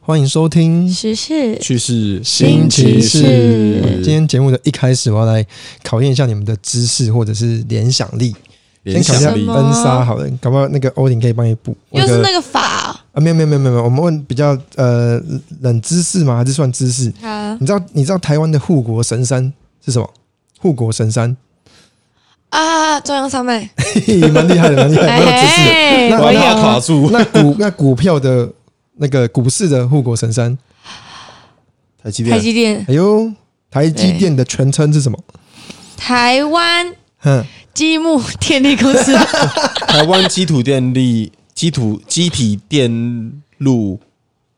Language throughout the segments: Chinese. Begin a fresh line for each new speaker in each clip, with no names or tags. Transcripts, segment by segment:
欢迎收听
时事
去世
新奇事
今天节目的一开始，我要来考验一下你们的知识或者是联想力。
联
先考
想
一下
什
力
么
恩莎好了，搞不好那个欧林可以帮你补。我
又是
的
那个法
啊，没有没有没有没有，我们问比较呃冷知识嘛，还是算知识？
啊
你知道你知道台湾的护国神山是什么？护国神山，
啊！中央山脉，
嘿嘿蛮厉害的，蛮厉害的， 蛮有知识的。
哎
那
我
我
要
有
卡住，
那股那股票的那个股市的护国神山，
台积
台积电，
哎呦，台积电的全称是什么？
台湾
哼，
积木电力公 司，
台湾基础电力基础机体电路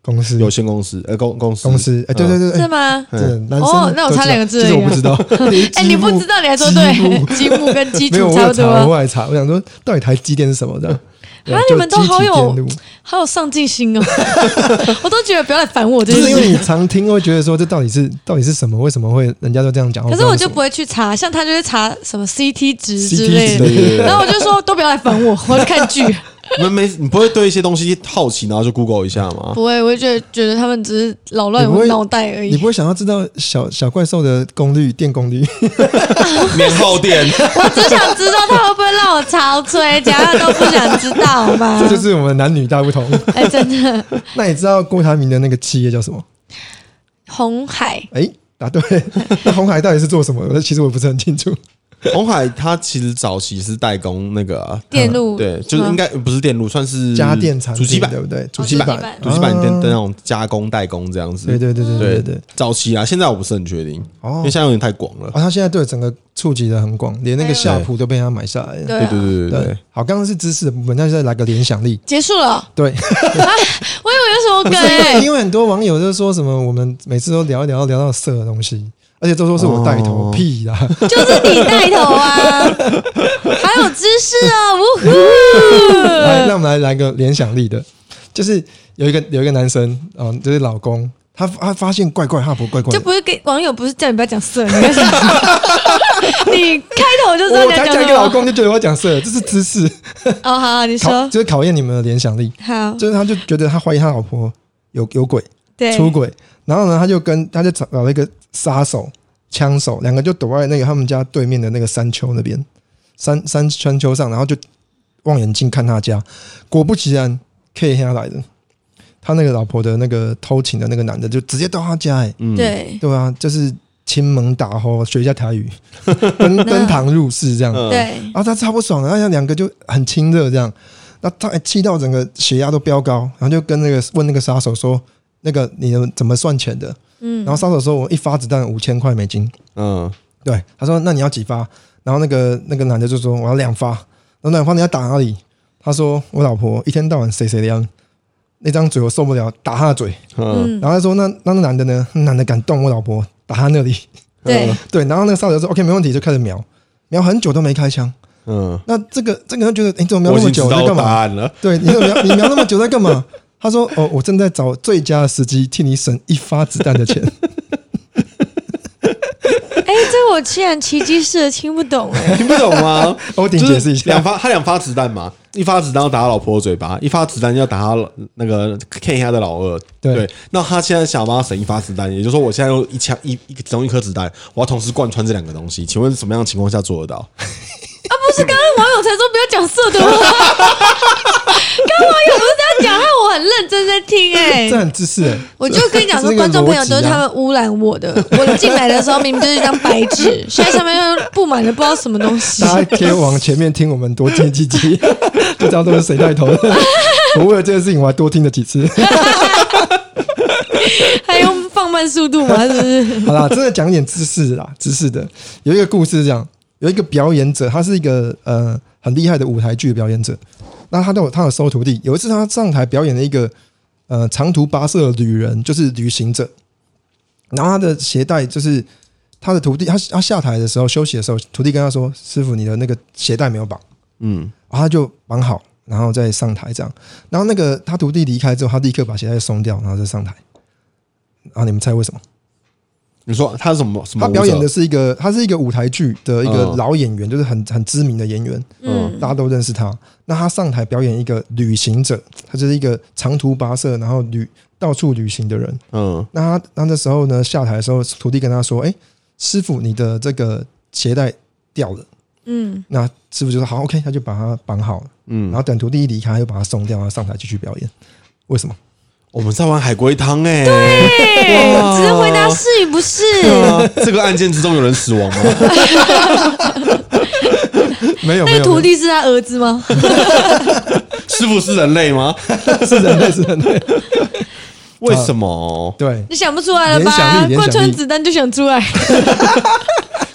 公司
有限公司，呃，公公司
公司，哎，对对对，哎
是吗？
嗯
真的男生
哦那我
都
差
知道
两个字
其实
而已
我不知道。
哎，你不知道，你还说 对，积木跟基
没有，
础
我有
差不
查，
多
我，来查，我想说到底台积电是什 么的？对
啊
就
你们都
积体
好有
电路
好有上进 心哦！我都觉得不要来烦我这
不
件
是因为
事。
你常听会觉得说这到底是到底是什么？为什么会人家都这样讲？
可是我就
不
不会去查，像他就会查什么 CT 值
CT
之类
值
的，
对对对
然后我就说都不要来烦我，我要去看剧。
你们没你不会对一些东西好奇，然后就 Google 一下吗？
不会，我就觉得觉得他们只是扰
你
乱
不
我
会
脑袋而
知道什么
已
你。不会想要知道小小怪兽的功率、电功率？
免耗电，
我只想知道他会不会让我潮吹，其他的都不想知道，好吗
这？就是我们男女大不同。
哎、真的，
那你知道郭台铭的那个企业叫什么？
红海
哎，答对。 那红海到底是做什么的？其实我不是很清楚。
红海它其实早期是代工那个啊，
电路、
对，就是应该不是电路，算是
家电产
主
品
机板
对、不对？主
主
机
机板
板，
主机板电的那
啊
种加工代工这样子。
对对对对对对对。
早期啊，现在我不是很确定，因
嗯哦
为现在有点太广了
哦，。他现在对整个触及的很广，连那个夏普都被他买下来了。
对
对
啊
对对对对，，
好，刚刚是知识的部分，那现在来个联想力。
结束了。
对，
我以为有什么梗、
不是因为
欸，
因为很多网友就说什么我们每次都聊一聊聊到色的东西，而且都说是我带头，
哦
屁啦！
就是你带头啊，还有知识啊，呜呼！
来，那我们来来个联想力的，就是有一个有一个男生哦，就是老公，他他发现怪怪哈佛怪怪
就
的，
不是给网友不是叫你不要讲色，你要讲你开头就知道
我
你要
才
讲
讲一
什
个老
么。
公就觉得我要讲色，这是知识，
哦，好好，你
考
说
就是考验你们的联想力，
好，
就是他就觉得他怀疑他老婆有有鬼。
对，
出轨，然后呢，他就跟他就找找了一个杀手、枪手，两个就躲在那个他们家对面的那个山丘那边，山山山丘上，然后就望远镜看他家，果不其然，K 下来的，他那个老婆的那个偷情的那个男的就直接到他家、欸，哎，
嗯，
对
对啊，就是亲门打吼，学一下台语，登登堂入室这样，
嗯
对，
啊，他超不爽的，然后两个就很亲热这样，那他还气到整个血压都飙高，然后就跟那个问那个杀手说，那个你怎么算钱的？
嗯
然后杀手说，我一发子弹五千块美金。
嗯，
对，他说那你要几发？然后那个那个男的就说我要两发。然后两发你要打哪里？他说我老婆一天到晚谁谁的样，那张嘴我受不了，打她的嘴。
嗯，
嗯，
然后他说那那那男的呢？那男的敢动我老婆，打他那里。
对，
对，然后那个杀手就说 OK 没问题，就开始瞄，瞄很久都没开枪。
嗯，
那这个这个人觉得，哎、怎么瞄
我
那
已
么
经知
久在
道
干
答
嘛？
案了。
对，你怎么瞄你瞄那么久在干嘛？ 他说：“哦，我正在找最佳的时机替你省一发子弹的 钱。
哎，这个我竟然奇迹式的听不懂哎。
听不懂 吗？
欧
就
鼎
是
解释一下
两，发他两发子弹嘛，一发子弹要打他老婆的嘴巴，一发子弹要打他老那个 K 他的老二。
对
那他现在想帮他省一发子弹，也就是说，我现在用一枪一一个其中一颗子弹，我要同时贯穿这两个东西。请问什么样的情况下做得到？
啊，不是，刚刚网友才说不要讲色 的吗？刚刚网友不是这样讲，害我很认真在听 哎、
这很知识哎、
我就跟你讲说，观众朋友都
啊
是他们污染我的。我进来的时候明明就是一张白 纸，现在上面又布满了不知道什么东西。
大家可以往前面听我们多听几集， 就知道都是谁带头 的。我为了这件事情，我还多听了几次。
还用放慢速度吗？是不是？
好啦，真的讲一点知识啦，知识的有一个故事是这样，有一个表演者，他是一个呃很厉害的舞台剧表演者，那他都有他有收徒弟。有一次他上台表演了一个呃长途跋涉的旅人，就是旅行者，然后他的鞋带就是他的徒弟，他他下台的时候休息的时候，徒弟跟他说：“师傅，你的那个鞋带没有绑。”
嗯，
然后他就绑好，然后再上台这样。然后那个他徒弟离开之后，他立刻把鞋带松掉，然后再上台。然后你们猜为什么？
你说他是什么什么
他
舞者？
表演的是一个，他是一个舞台剧的一个
嗯
老演员，就是很很知名的演员，
嗯，
大家都认识他。那他上台表演一个旅行者，他就是一个长途跋涉，然后旅到处旅行的人。
嗯，
那他那那时候呢，下台的时候，徒弟跟他说：“哎、师傅，你的这个鞋带掉了。
嗯”
那师傅就说：“好，OK。”他就把它绑好了。
嗯
然后等徒弟一离开，又把它松掉，然后上台继续表演。为什么？
我们在玩海龟汤哎，对
哎，只是回答是与不是，
啊， 这个案件之中有人死亡吗？
没有，没有，
那个 徒弟是他儿子吗？
师傅是人类吗？
没有是人类，是人类。
为什么？
对，
你想不出来了吧
联想力？联想力
贯穿子弹就想出来，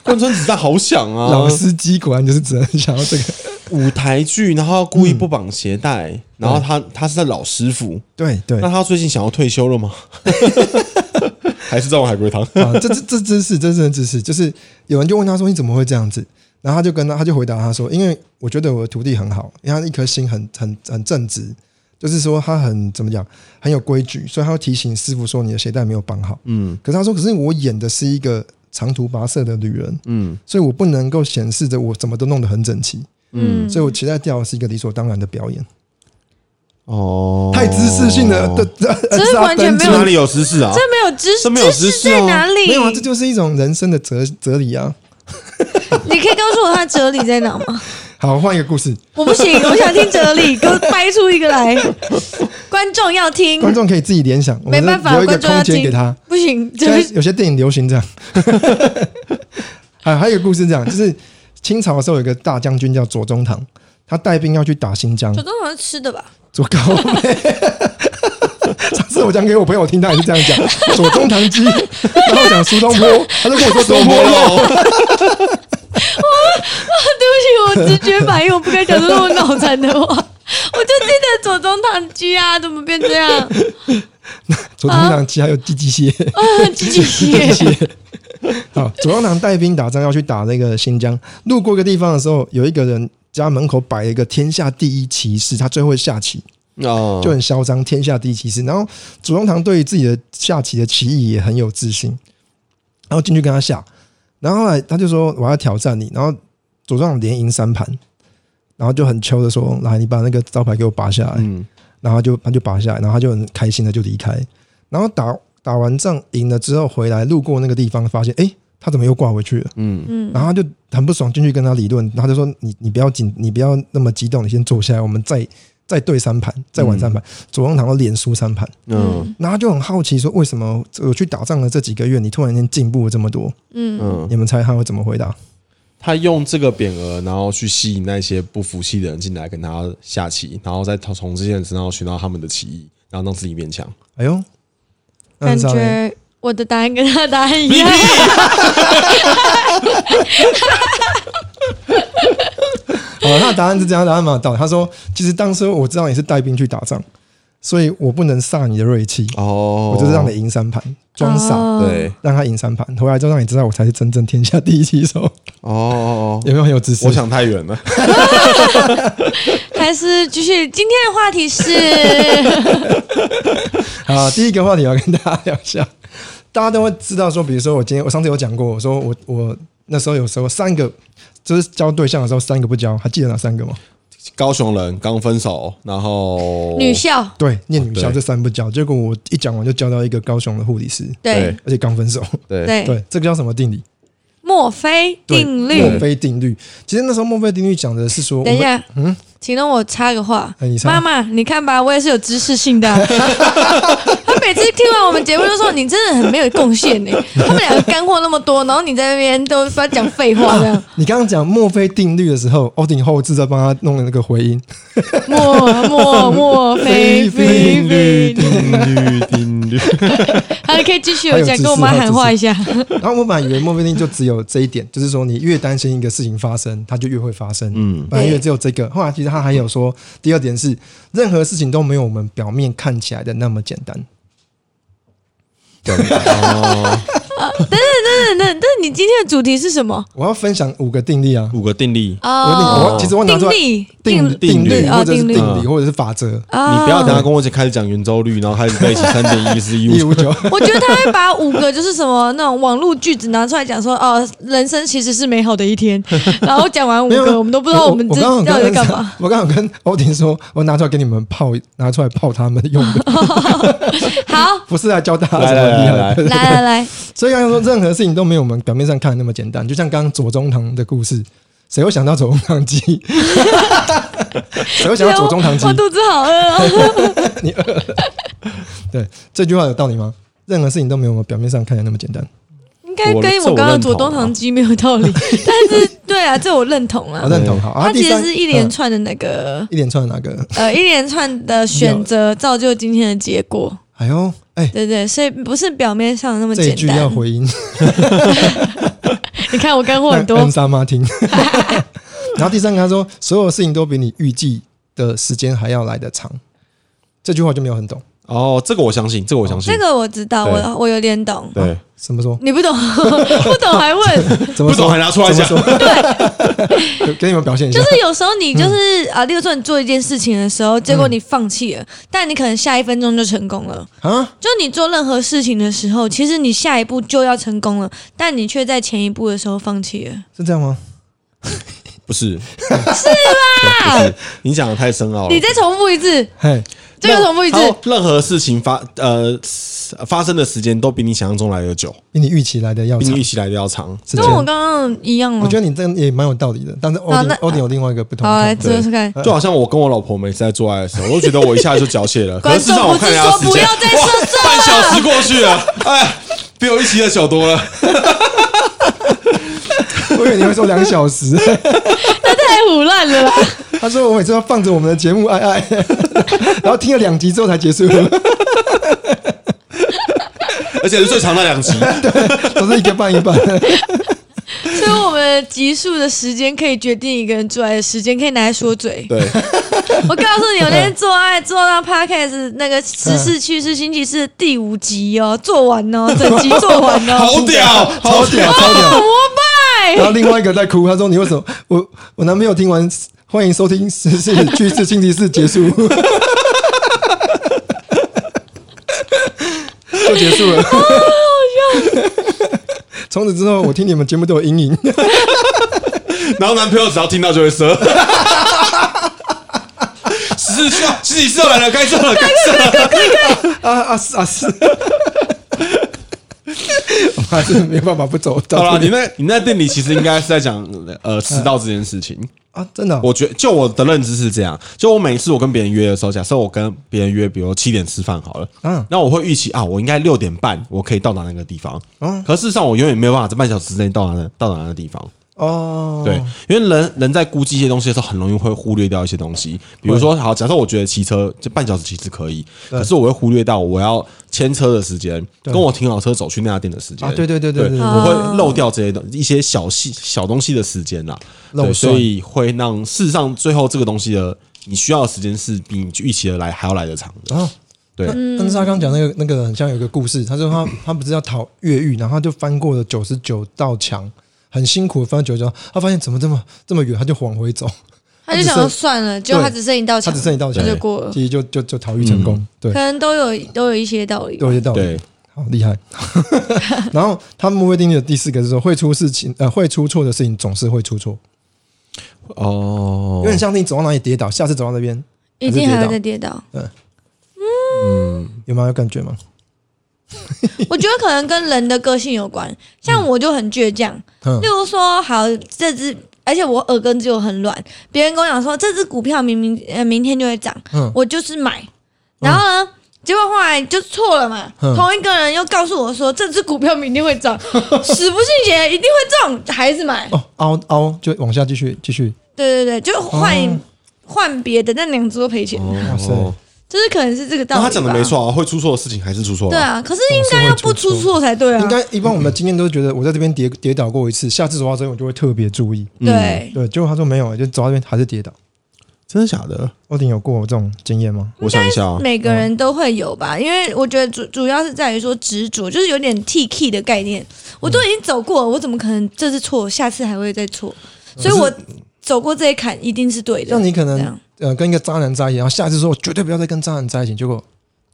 贯穿子弹好想啊！
老司机果然就是只能想到这个。
舞台剧，然后他故意不绑鞋带，然后他他是在老师傅，
对对
那他最近想要退休了 吗？还是在玩海龟汤？
啊，这这这真是这真的知识，就是有人就问他说你怎么会这样子，然后他就跟他他就回答他说，因为我觉得我的徒弟很好，因为他一颗心很很很正直，就是说他很怎么讲很有规矩，所以他会提醒师傅说你的鞋带没有绑好。
嗯
可是他说，可是我演的是一个长途跋涉的旅人，
嗯
所以我不能够显示着我怎么都弄得很整齐，
嗯，
所以我期待掉的是一个理所当然的表演，
哦，
太知识性的，对，
这是完全没
这
有
哪里有知识啊？
这没有知识，
这没有知
知
识
识
哦
在哪里？
没有啊，这就是一种人生的哲哲理啊。
你可以告诉我它的哲理在哪吗？
好，换一个故事，
我 不行，我想听哲理，给我掰出一个来，观众要 听，
观众可以自己联想，我
没
们
办法，
留一个
观众要
空
听
间给他。
不行， 就
现在
是
有些电影流行这样。 啊还还有一个故事这样，就是清朝的时候有一个大将军叫左宗棠，他带兵要去打新疆
左，宗棠是吃的吧？
左高飞。 上次我讲给我朋友听，他也是这样讲，左宗棠鸡，然后讲苏东坡，他就跟我说东坡肉，
肉，
对不起，我直觉反应，我不该讲出那么脑残的 话。我就记得左宗棠鸡啊，怎么变 这样？
左宗棠鸡还有鸡鸡蟹。
啊，鸡鸡蟹，
好，左宗棠带兵打仗要去打那个新疆，路过一个地方的时候，有一个人家门口摆了一个天下第一骑士，他最会下棋。
哦
就很嚣张，天下第一骑士。然后左宗棠对于自己的下棋的棋艺也很有自信，然后进去跟他下，然后后来他就说我要挑战你，然后左宗棠连赢三盘，然后就很秋的说来你把那个招牌给我拔下来，
嗯
然后他就他就拔下来，然后他就很开心的就离开，然后打打完仗赢了之后回来路过那个地方发现哎。诶他怎么又挂回去了？
嗯
嗯，
然后他就很不爽，进去跟他理论，然后他就说：“你你不要紧，你不要那么激动，你先坐下来，我们再再对三盘，再玩三盘。左宗棠都连输三盘，
嗯
然后他就很好奇说：“为什么呃我去打仗的这几个月，你突然间进步了这么多？”
嗯，
嗯，
你们猜他会怎么回答？
他用这个匾额，然后去吸引那些不服气的人进来跟他下棋，然后再从这些人身上学到他们的棋艺，然后让自己 变强。
哎呦，那
感
你知道嘞
觉我的答案跟他的答案一样。
好，他的答案是这样，答案蛮到。他说：“其实当时我知道你是带兵去打仗，所以我不能煞你的锐气，
哦
我就是让你赢三盘，装傻。
哦
对
让他赢三盘，回来之后让你知道我才是真正天下第一棋手，
哦哦哦，
有没有很有知识？
我想太远了。
还是继续今天的话题是，
啊，第一个话题我要跟大家聊一下，大家都会知道说，比如说我今天我上次有讲过，我说我我那时候有时候三个就是交对象的时候三个不交，还记得哪三个吗？
高雄人刚分手，然后
女校，
对，念
哦
女校
对
这三不交，结果我一讲完就交到一个高雄的护理师，
对
而且刚分手。
对
对，
对，这个叫什么定理？
墨菲定
墨
律。
菲定律。其实那时候墨菲定律讲的是说，我
等一
们
下，嗯，请让我插个话
哎你。插
妈妈，你看吧，我也是有知识性的 啊、他每次听完我们节目就说：“你真的很没有贡献呢。”他们两个干货那么多，然后你在那边都不要讲废话这 样。
你刚刚讲墨菲定律的时候，欧顶后置在帮他弄的那个回音，
墨墨墨菲菲
定
菲，
定律定律，
还可以继续有讲，跟我妈喊话一下。
然后我本来以为墨菲定律就只有这一点，就是说你越担心一个事情发生，它就越会发生。
嗯
本来以为只有这个，后来其实他还有说，第二点是任何事情都没有我们表面看起来的那么简单。
对哦，
等等等等，你今天的主题是什么？
我要分享五个定律啊，
五个定律，
我定
哦
我，其实我拿出
定
来
力
定
定
定
律
律
哦
或者是
定律
定理或者是法则
啊！
你不要等下跟我一起开始讲圆周率，然后开始背起三点一 四一
一
五
五九。
我觉得他会把五个就是什么那种网络句子拿出来讲说，哦，人生其实是美好的 一天。然后讲完五
没有
个，我们都不知道
我
我们
我
这
刚好
到底在
跟
干嘛。
我刚好跟欧婷说，我拿出来给你们泡，拿出来泡他们用 的，
好，
不是来教大家
来
怎么
来
厉
来来
害的。
来 来来，
所以刚才说，任何事情都没有我们表面上看的那么简单。就像刚刚左宗棠的故事，谁会想到左宗棠 鸡？谁会想到左宗棠鸡
我？肚子 好饿哦。
对，这句话有道理吗？任何事情都没有我们表面上看的那么简单。
嗯应该跟我刚刚的左东堂鸡没有道理， 但是对啊，这我认同
我
啊。
认同啊好啊。
它其
第
实
三
是一连
嗯
串的那个
一连串的哪个？
呃一连串的选 择造就今天的结果，
哎呦，哎，
对对，所以不是表面上那么
这一
简
句要
单。
回应
你看我干货 很多，
恩莎妈听。然后第三个他说，所有事情都比你预计的时间还要来得长。这句话就没有很懂，
哦，这个我相信，这个我相信
这，个我知道，
对
我我有点懂。
对，
怎么说？
你不懂， 不懂还问，
怎么
不
说
懂还拿出来讲，
怎么说？对， 给你们表现一下
就。是有时候你就是啊，例如说你做一件事情的时候，结果你放弃了，但你可能下一分钟就成功了。
啊，
就你做任何事情的时候，其实你下一步就要成功了，但你却在前一步的时候放弃了。
是这样吗？
不是，是吧？你讲的太深奥了
你。再重复一次，
嘿，
这个重复一次
他，说任何事情发呃发生的时间都比你想象中来的久，
比你预期来的要
比
长
你预。期来的要长。
是这
跟我
样。
刚刚一样
我
哦。
觉得你这样也蛮有道理的，但是欧
好
丁
那
欧丁有另外一个不同
好，来
的看法。
做做看。
就好像我跟我老婆每次在做爱的时候，我都觉得我一下就缴械了。可
观
是事实
众
上我
不
看
是
人家
说
时
不
间
要，再说这
半小时过去了，哎，比我预期的小多了。
我以为你会说两小 时，
太胡乱了啦，
他说我每次都放着我们的节目爱爱， 然后听了两集之后才结束，
而且是最长的两集，
都是一个半一半。
所以我们集数的时间可以决定一个人做爱的时间，可以拿来说嘴。
对，
我告诉你，我那天做爱做到 podcast 那个十四去世星期四第五集哦，做完 哦，整集做完
好
哦，
屌，好
超屌，超屌！
膜
然
拜！
后另外一个在哭，他说：“你为什么？我我男朋友听完，欢迎收听十四去世星期四结束， 就结束了。 从此之后，我听你们节目都有阴影。
然后男朋友只要听到就会 射。是需要，是你射完了，该射了，该 射了。
啊啊是啊是， 我还是没有办法不走到
好了，你那，你那店里其实应该是在讲呃迟到这件事情。
啊，真的哦、
我觉就我的认知是这样，就我每次我跟别人约的时候，假设我跟别人约，比如七点吃饭好了，嗯
嗯，
那我会预期啊，我应该六点半我可以到达那个地方，嗯，可事实上我永远没有办法在半小时之内到达那到达那个地方，
哦，
对，因为人人在估计一些东西的时候，很容易会忽略掉一些东西，比如说，好，假设我觉得骑车就半小时其实可以，
对
可是我会忽略到我要牵车的时间，
对
跟我停好车走去那家店的时间，
啊对对对对
对，
对
我会漏掉这些东一些小细小东西的时间啦，
漏
对，
算
所以会让事实上最后这个东西的你需要的时间是比你预期的来还要来得长的，
然后。
对，
但是他刚讲啊那个那个很像有个故事，他说他 他不是要逃越狱，然后他就翻过了九十九道墙，很辛苦地翻九十九，他发现怎么这么这么远，他就往回走，
他就想说算了，结果他只剩一道
他
墙，
只剩一道墙
他就过嗯了，
其实就就就逃狱成功，对
可，能都有都有一些道理吧。
有些道理
对，，
好厉 害。然后他们墨菲定律的第四个是说，会出事情呃会出错的事情总是会出错，
哦
有点像是你走到哪里跌倒，下次走到那边
一定还
还
会
是
再
跌
跌倒。
倒，有没有感觉吗？
我觉得可能跟人的个性有关，像我就很倔强，
嗯
例，如说，好，这只，而且我耳根子又很软，别人跟我讲说这只股票明明呃明天就会涨，
嗯
我就是买，然后呢，结果后来就错了嘛，
嗯
同一个人又告诉我说这只股票明天 会涨，死不信邪，一定会中，还是买，
哦，凹凹就往下继续继续，
对对对，就换、
哦
换别的，但两只都赔钱，
哇塞
哦
就是可能是这个道
那
理。
他讲的没，错啊，会出错的事情还是出错，
对，啊，可是应
总
该
是会
要不
出
出
错
错才对啊，
应该一般我们的经验都是觉得我在这边跌跌倒过一次，下次走到这边我就会特别注意。
对。
对，结果他说没有，就走到这边还是跌倒。
真的假的？
欧丁有过这种经验吗？
我想一下啊，
每个人都会有吧，因为我觉得主主要是在于说执着，就是有点 T K 的概念。我都已经走过了，我怎么可能这次错，下次还会再错？所以我走过这一坎一定是对的。
像你可
这
能
样
呃跟一个渣男在一起，然后下次说我绝对不要再跟渣男在一起，结果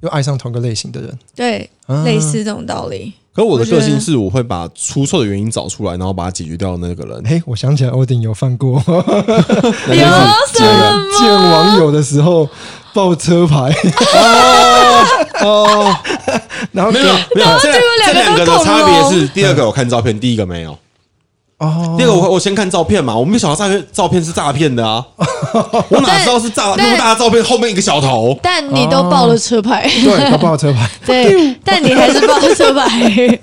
又爱上同个类型的人，
对、
啊
类似这种道理，
可我的
我觉得
个性是我会把出错的原因找出来，然后把它解决掉的那个人。
嘿，我想起来欧丁有犯 过
那
有
就是
什
见
么？
网友的时候爆车牌，
哦，
然后
没有没有，这
结果
这
两个都
两个的
恐
差别
龙
是，第二个我看照片，第一个没有。
哦
第二个我我先看照片嘛，我没有想到照片照片是诈骗的啊，我哪知道是诈那么大的照片后面一个小头？
但你都报了车牌，
对，他爆车牌，
对，但你还是报了车牌。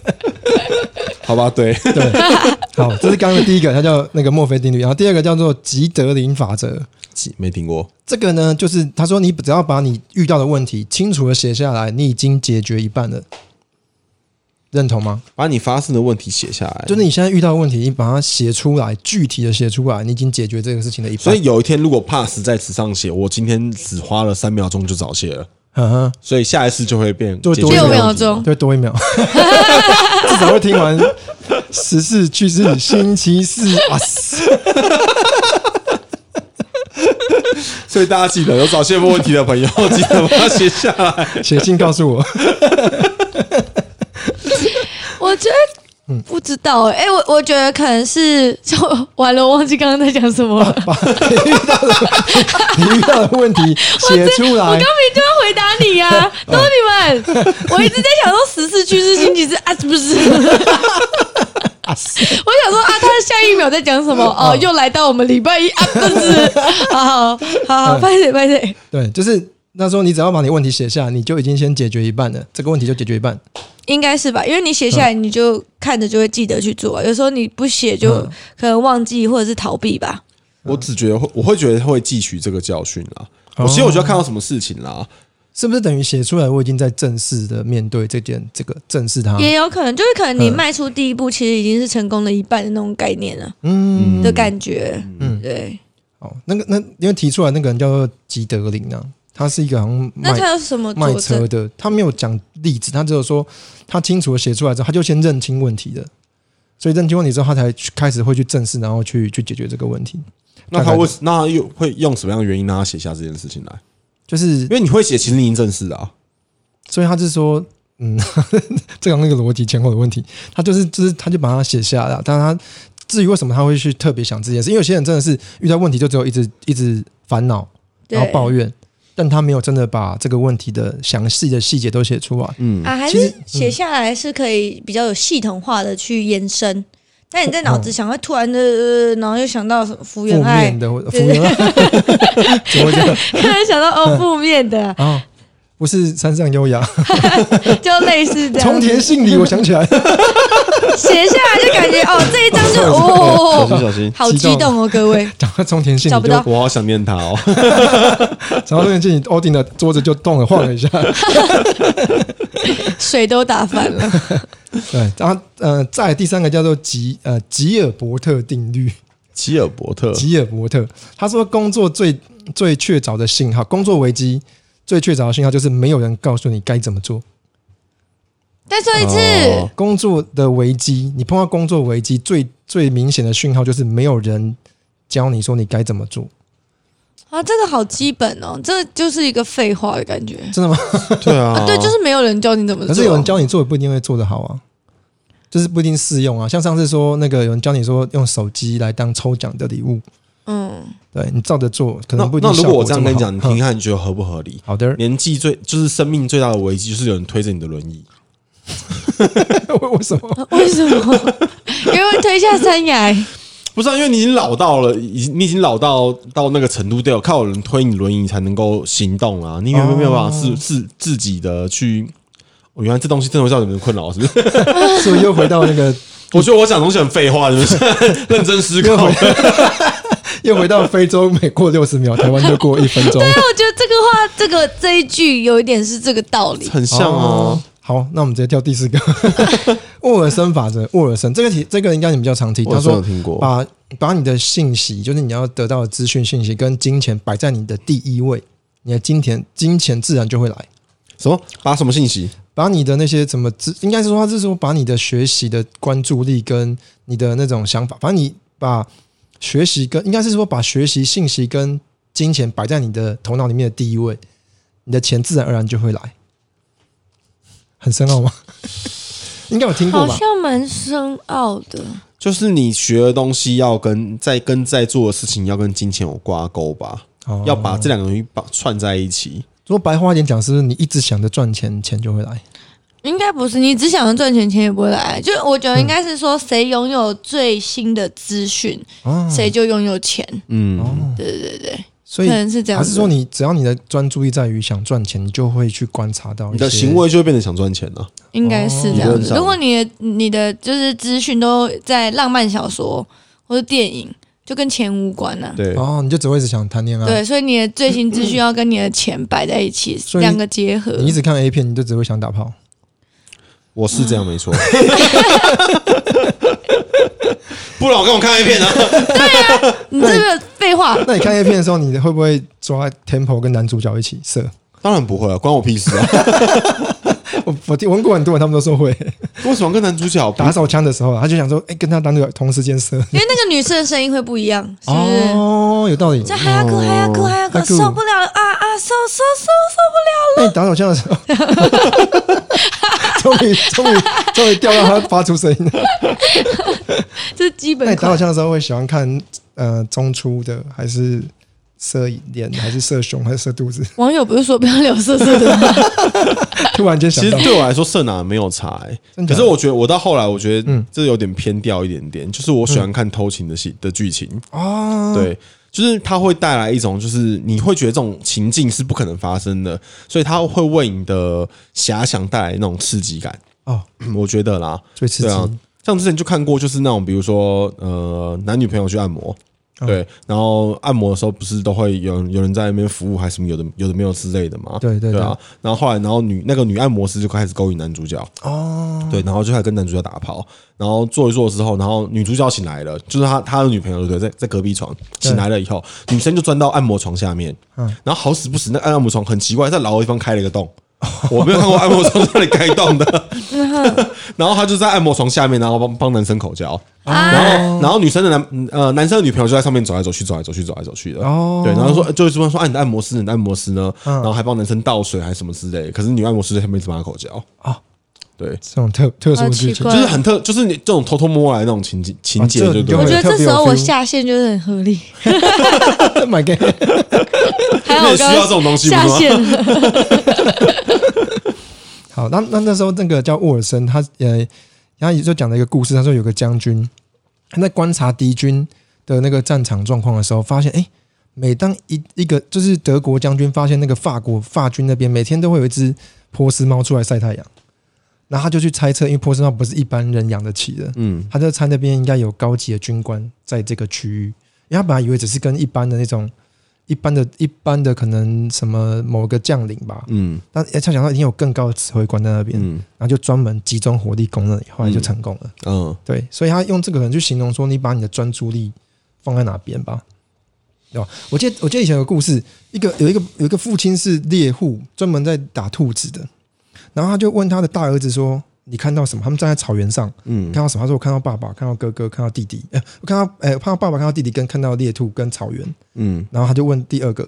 好吧，对，
对，好，这是刚刚的第一个，它叫那个墨菲定律，然后第二个叫做吉德林法则。
没听过。
这个呢，就是他说你只要把你遇到的问题清楚的写下来，你已经解决一半了，认同吗？
把你发生的问题写下来，
就是你现在遇到的问题，你把它写出来，具体的写出来，你已经解决这个事情的一半。
所以有一天如果 pass 在纸上写，我今天只花了三秒钟就早泄了，
嗯哼，
所以下一次就会变
就
解决
多一
这个
秒
问题
钟
就会多一秒， 至少会听完时事趣事星期四啊，
所以大家记得有早泄问题的朋友，记得把它写下来。
写信告诉我。
我觉得不知道哎、欸我我觉得可能是 就完了，我忘记刚刚在讲什么了。
把你遇到的你遇到的问题写出
我刚
来
明，明就要回答你呀、 啊，都是你们！我一直在想说十四趋势星期四啊，是不是？ 我想说啊，他下一秒在讲什么？
嗯
哦，又来到我们礼拜一啊，不是？好好好
嗯
好，拍谁拍谁？
对，就是那时候你只要把你问题写下，你就已经先解决一半了，这个问题就解决一半。
应该是吧，因为你写下
嗯
来，你就看着就会记得去做啊。有时候你不写，就
嗯
可能忘记或者是逃避吧。
我只觉得会，我会觉得会汲取这个教训啦。
哦
我其实我觉得看到什么事情啦，
是不是等于写出来？我已经在正式的面对这件，这个正视它。
也有可能，就是可能你
嗯
迈出第一步，其实已经是成功了一半的那种概念了、
嗯，
的感觉。
嗯
嗯，对。
好，哦那个那因为提出来那个人叫做吉德林啊，他是一个好像
那
卖
他有什么
嗯卖
佐证
车？的，他没有讲例子，他只有说他清楚的写出来之后，他就先认清问题的，所以认清问题之后，他才去开始会去正视，然后去去解决这个问题。
那
大
他
概
会那他又会用什么样的原因让他写下这件事情来？
就是
因为你会写，其实你已经正式了啊。
所以他是说，嗯， 这个那个逻辑前后的问题，他就是就是他就把它写下来了。但他至于为什么他会去特别想这件事，因为有些人真的是遇到问题就只有一直一直烦恼，
对
然后抱怨，但他没有真的把这个问题的详细的细节都写出来。
嗯，
啊，还
其实
是写下来是可以比较有系统化的去延伸。但你在
哦
脑子想，会突然的，呃然后又想到什么福
负
原爱
面，的或负
对
面怎么会这样
突然想到
嗯
哦，负面的，
啊？不是山上优雅，
就类似这
冲
样，
田杏里，我想起来，
写下来就感觉哦，这一张就哦，
小心，
好激动哦，各位，
讲到冲田杏
找
里
不
就
到，
我好想念他哦。
讲到冲田杏里，欧丁的桌子就动了，晃了一 下。
水都打 翻了。
对，然后呃，再来第三个叫做吉呃吉尔伯特定律。
吉尔伯
呃
特，
吉尔伯特，他说工作最最确凿的信号，工作危机最确凿的信号就是没有人告诉你该怎么做。
再说一次，
哦
工作的危机，你碰到工作危机最最明显的讯号就是没有人教你说你该怎么做，
啊，这个好基本哦，这就是一个废话的感觉。
真 的吗？
对啊
啊，对，就是没有人教你怎么做。
哦可是有人教你做，也不一定会做得好啊。就是不一定适用啊，像上次说那个有人教你说用手机来当抽奖的礼物，
嗯，
对你照着做，可
那
能不一定
那
效
如果
果
我这样
么
跟你
好
讲，你听
哼
听看，你觉得合不合理？
好的，
年纪最就是生命最大的危机，就是有人推着你的轮椅。
为什么？
为什么？ 有人推下山崖，
不是、啊，因为你已经老到了，已经你已经老到到那个程度，得有靠有人推你轮椅才能够行动啊！你有没有办法自自自己的去？哦原来这东西真的会造成你们困扰，是不是？
所以又回到那个
我觉得我讲东西很废话，是不是？ 认真思考。
又回到非洲，每过六十秒，台湾就过一分钟，
但我觉得这个话，这个这一句有一点是这个道理。
很 像啊
哦。。好，那我们直接跳第 四个沃尔森法则。沃尔森这个题，这个应该你们比较常听。
我
他
是有
说，
听过，
把把你的信息，就是你要得到的资讯信息跟金钱摆在你的第一位，你的金钱金钱自然就会来。
什么把什么信息？
把你的那些怎么知，应该是说他是说把你的学习的关注力跟你的那种想法，反正你把学习跟应该是说把学习信息跟金钱摆在你的头脑里面的第一位，你的钱自然而然就会来。很深奥吗？ 应该有听过
好
吧？
像蛮深奥的。
就是你学的东西要跟在跟在做的事情要跟金钱有挂钩吧，
哦
要把这两个东西把串在一起。
如果白话一点讲，是不是你一直想着赚钱，钱就会来？
应该不是，你只想着赚钱，钱也不会来。就我觉得应该是说，谁拥有最新的资讯，
啊，
谁就拥有钱，
嗯，
所
可
以
能是这样
还
子。
是说你只要你的专注力在于想赚钱，你就会去观察到
你
一
的
些
行为就会变得想赚钱啊了、
应该是这
哦
理
样
论
子。
上
如果你的你的就是资讯都在浪漫小说或者电影，就跟钱无关了、
对，
哦，你就只会一直想谈恋爱。
对，所以你的最新资讯要跟你的钱摆在一起，
所以
两个结合。
你一直看 A 片，你就只会想打炮。
我是这样 没错。不然我跟我看 A 片 啊，
你这个废话，
那你看 A 片的时候，你会不会抓 tempo 跟男主角一起射？
当然不会啊，关我屁事啊！
我我听闻过很多人，他们都说会
为什么跟男主角
打手枪的时候啊，他就想说，哎、跟他单独同时间射。
因为那个女生的声音会不一样，是不是？
哦，有道理。
这还要哭，还要哭，还要哭
还，哭
受不了了啊啊，受受受受
那你打手枪的时候， 终于终于终于调到他发出声音了。
不了，这是基
那
本
你打手
款。
枪的时候会喜欢看呃中出的，还是射脸， 还是射胸，还是射肚子？
网友不是说不要聊色色的吗？
突然间
其
想
实
到，
对我来说，色哪没有差、欸，
真假的
可是我觉得我到后来，我觉得
嗯
这有点偏掉一点点，就是我喜欢看偷情的戏的剧情，
哦，
对。就是它会带来一种，就是你会觉得这种情境是不可能发生的，所以它会为你的遐想带来那种刺激感。
哦，
我觉得啦，
最刺激
对啊，像之前就看过，就是那种比如说呃，男女朋友去按摩，
嗯
对，然后按摩的时候不是都会有人有人在那边服务，还是什么有的有的没有之类的嘛，
对对
对啊。然后后来，然后女那个女按摩师就开始勾引男主角，
哦，
对，然后就开始跟男主角打炮，然后做一做之后，然后女主角醒来了，就是他他的女朋友对不对，在在隔壁床
对
醒来了以后，女生就钻到按摩床下面，
嗯
然后好死不死那个按摩床很奇怪，在老的地方开了一个洞。我没有看过按摩床在那里开洞的，
嗯
然后他就在按摩床下面，然后帮帮男生
哦
口交， 然
啊，
后然后女生的男呃男生的女朋友就在上面走来走去，走来走去，走来走去的。
哦
对，然后说就是说说啊，你的按摩师，你的按摩师呢？
嗯
然后还帮男生倒水还是什么之类的，可是女按摩师在下面一直帮他口交。
哦，
对，
这种特特殊的
好
剧
哦奇
情，
怪
就。是很特，就是你这种偷偷摸来那种情节情节
啊这，
就对
有
我
了
没
觉
有。
得这时候我下线就是很合理，
买给
还有我刚
那也需要这种东
刚
西不是
下
吗
线了，
好，那那那时候那个叫沃尔森，他呃，他也就讲了一个故事，他说有个将军，他在观察敌军的那个战场状况的时候，发现哎、诶每当一一个就是德国将军发现那个法国法军那边每天都会有一只波斯猫出来晒太阳，然后他就去猜测，因为波斯猫不是一般人养得起的，
嗯，
他就猜那边应该有高级的军官在这个区域，因为他本来以为只是跟一般的那种一般的一般的可能什么某个将领吧，
嗯
但诶他想到已经有更高的指挥官在那边，
嗯
然后就专门集中火力攻了，后来就成功了。
嗯，
对，所以他用这个可能去形容说，你把你的专注力放在哪边吧，对吧？我记得我记得以前有个故事，一个有一个有一个父亲是猎户，专门在打兔子的，然后他就问他的大儿子说：“你看到什么？”他们站在草原上，
嗯
看到什么？他说：“我看到爸爸，看到哥哥，看到弟弟，哎、我看到哎、我看到爸爸，看到弟弟，跟看到猎兔跟草原。”
嗯
然后他就问第二个，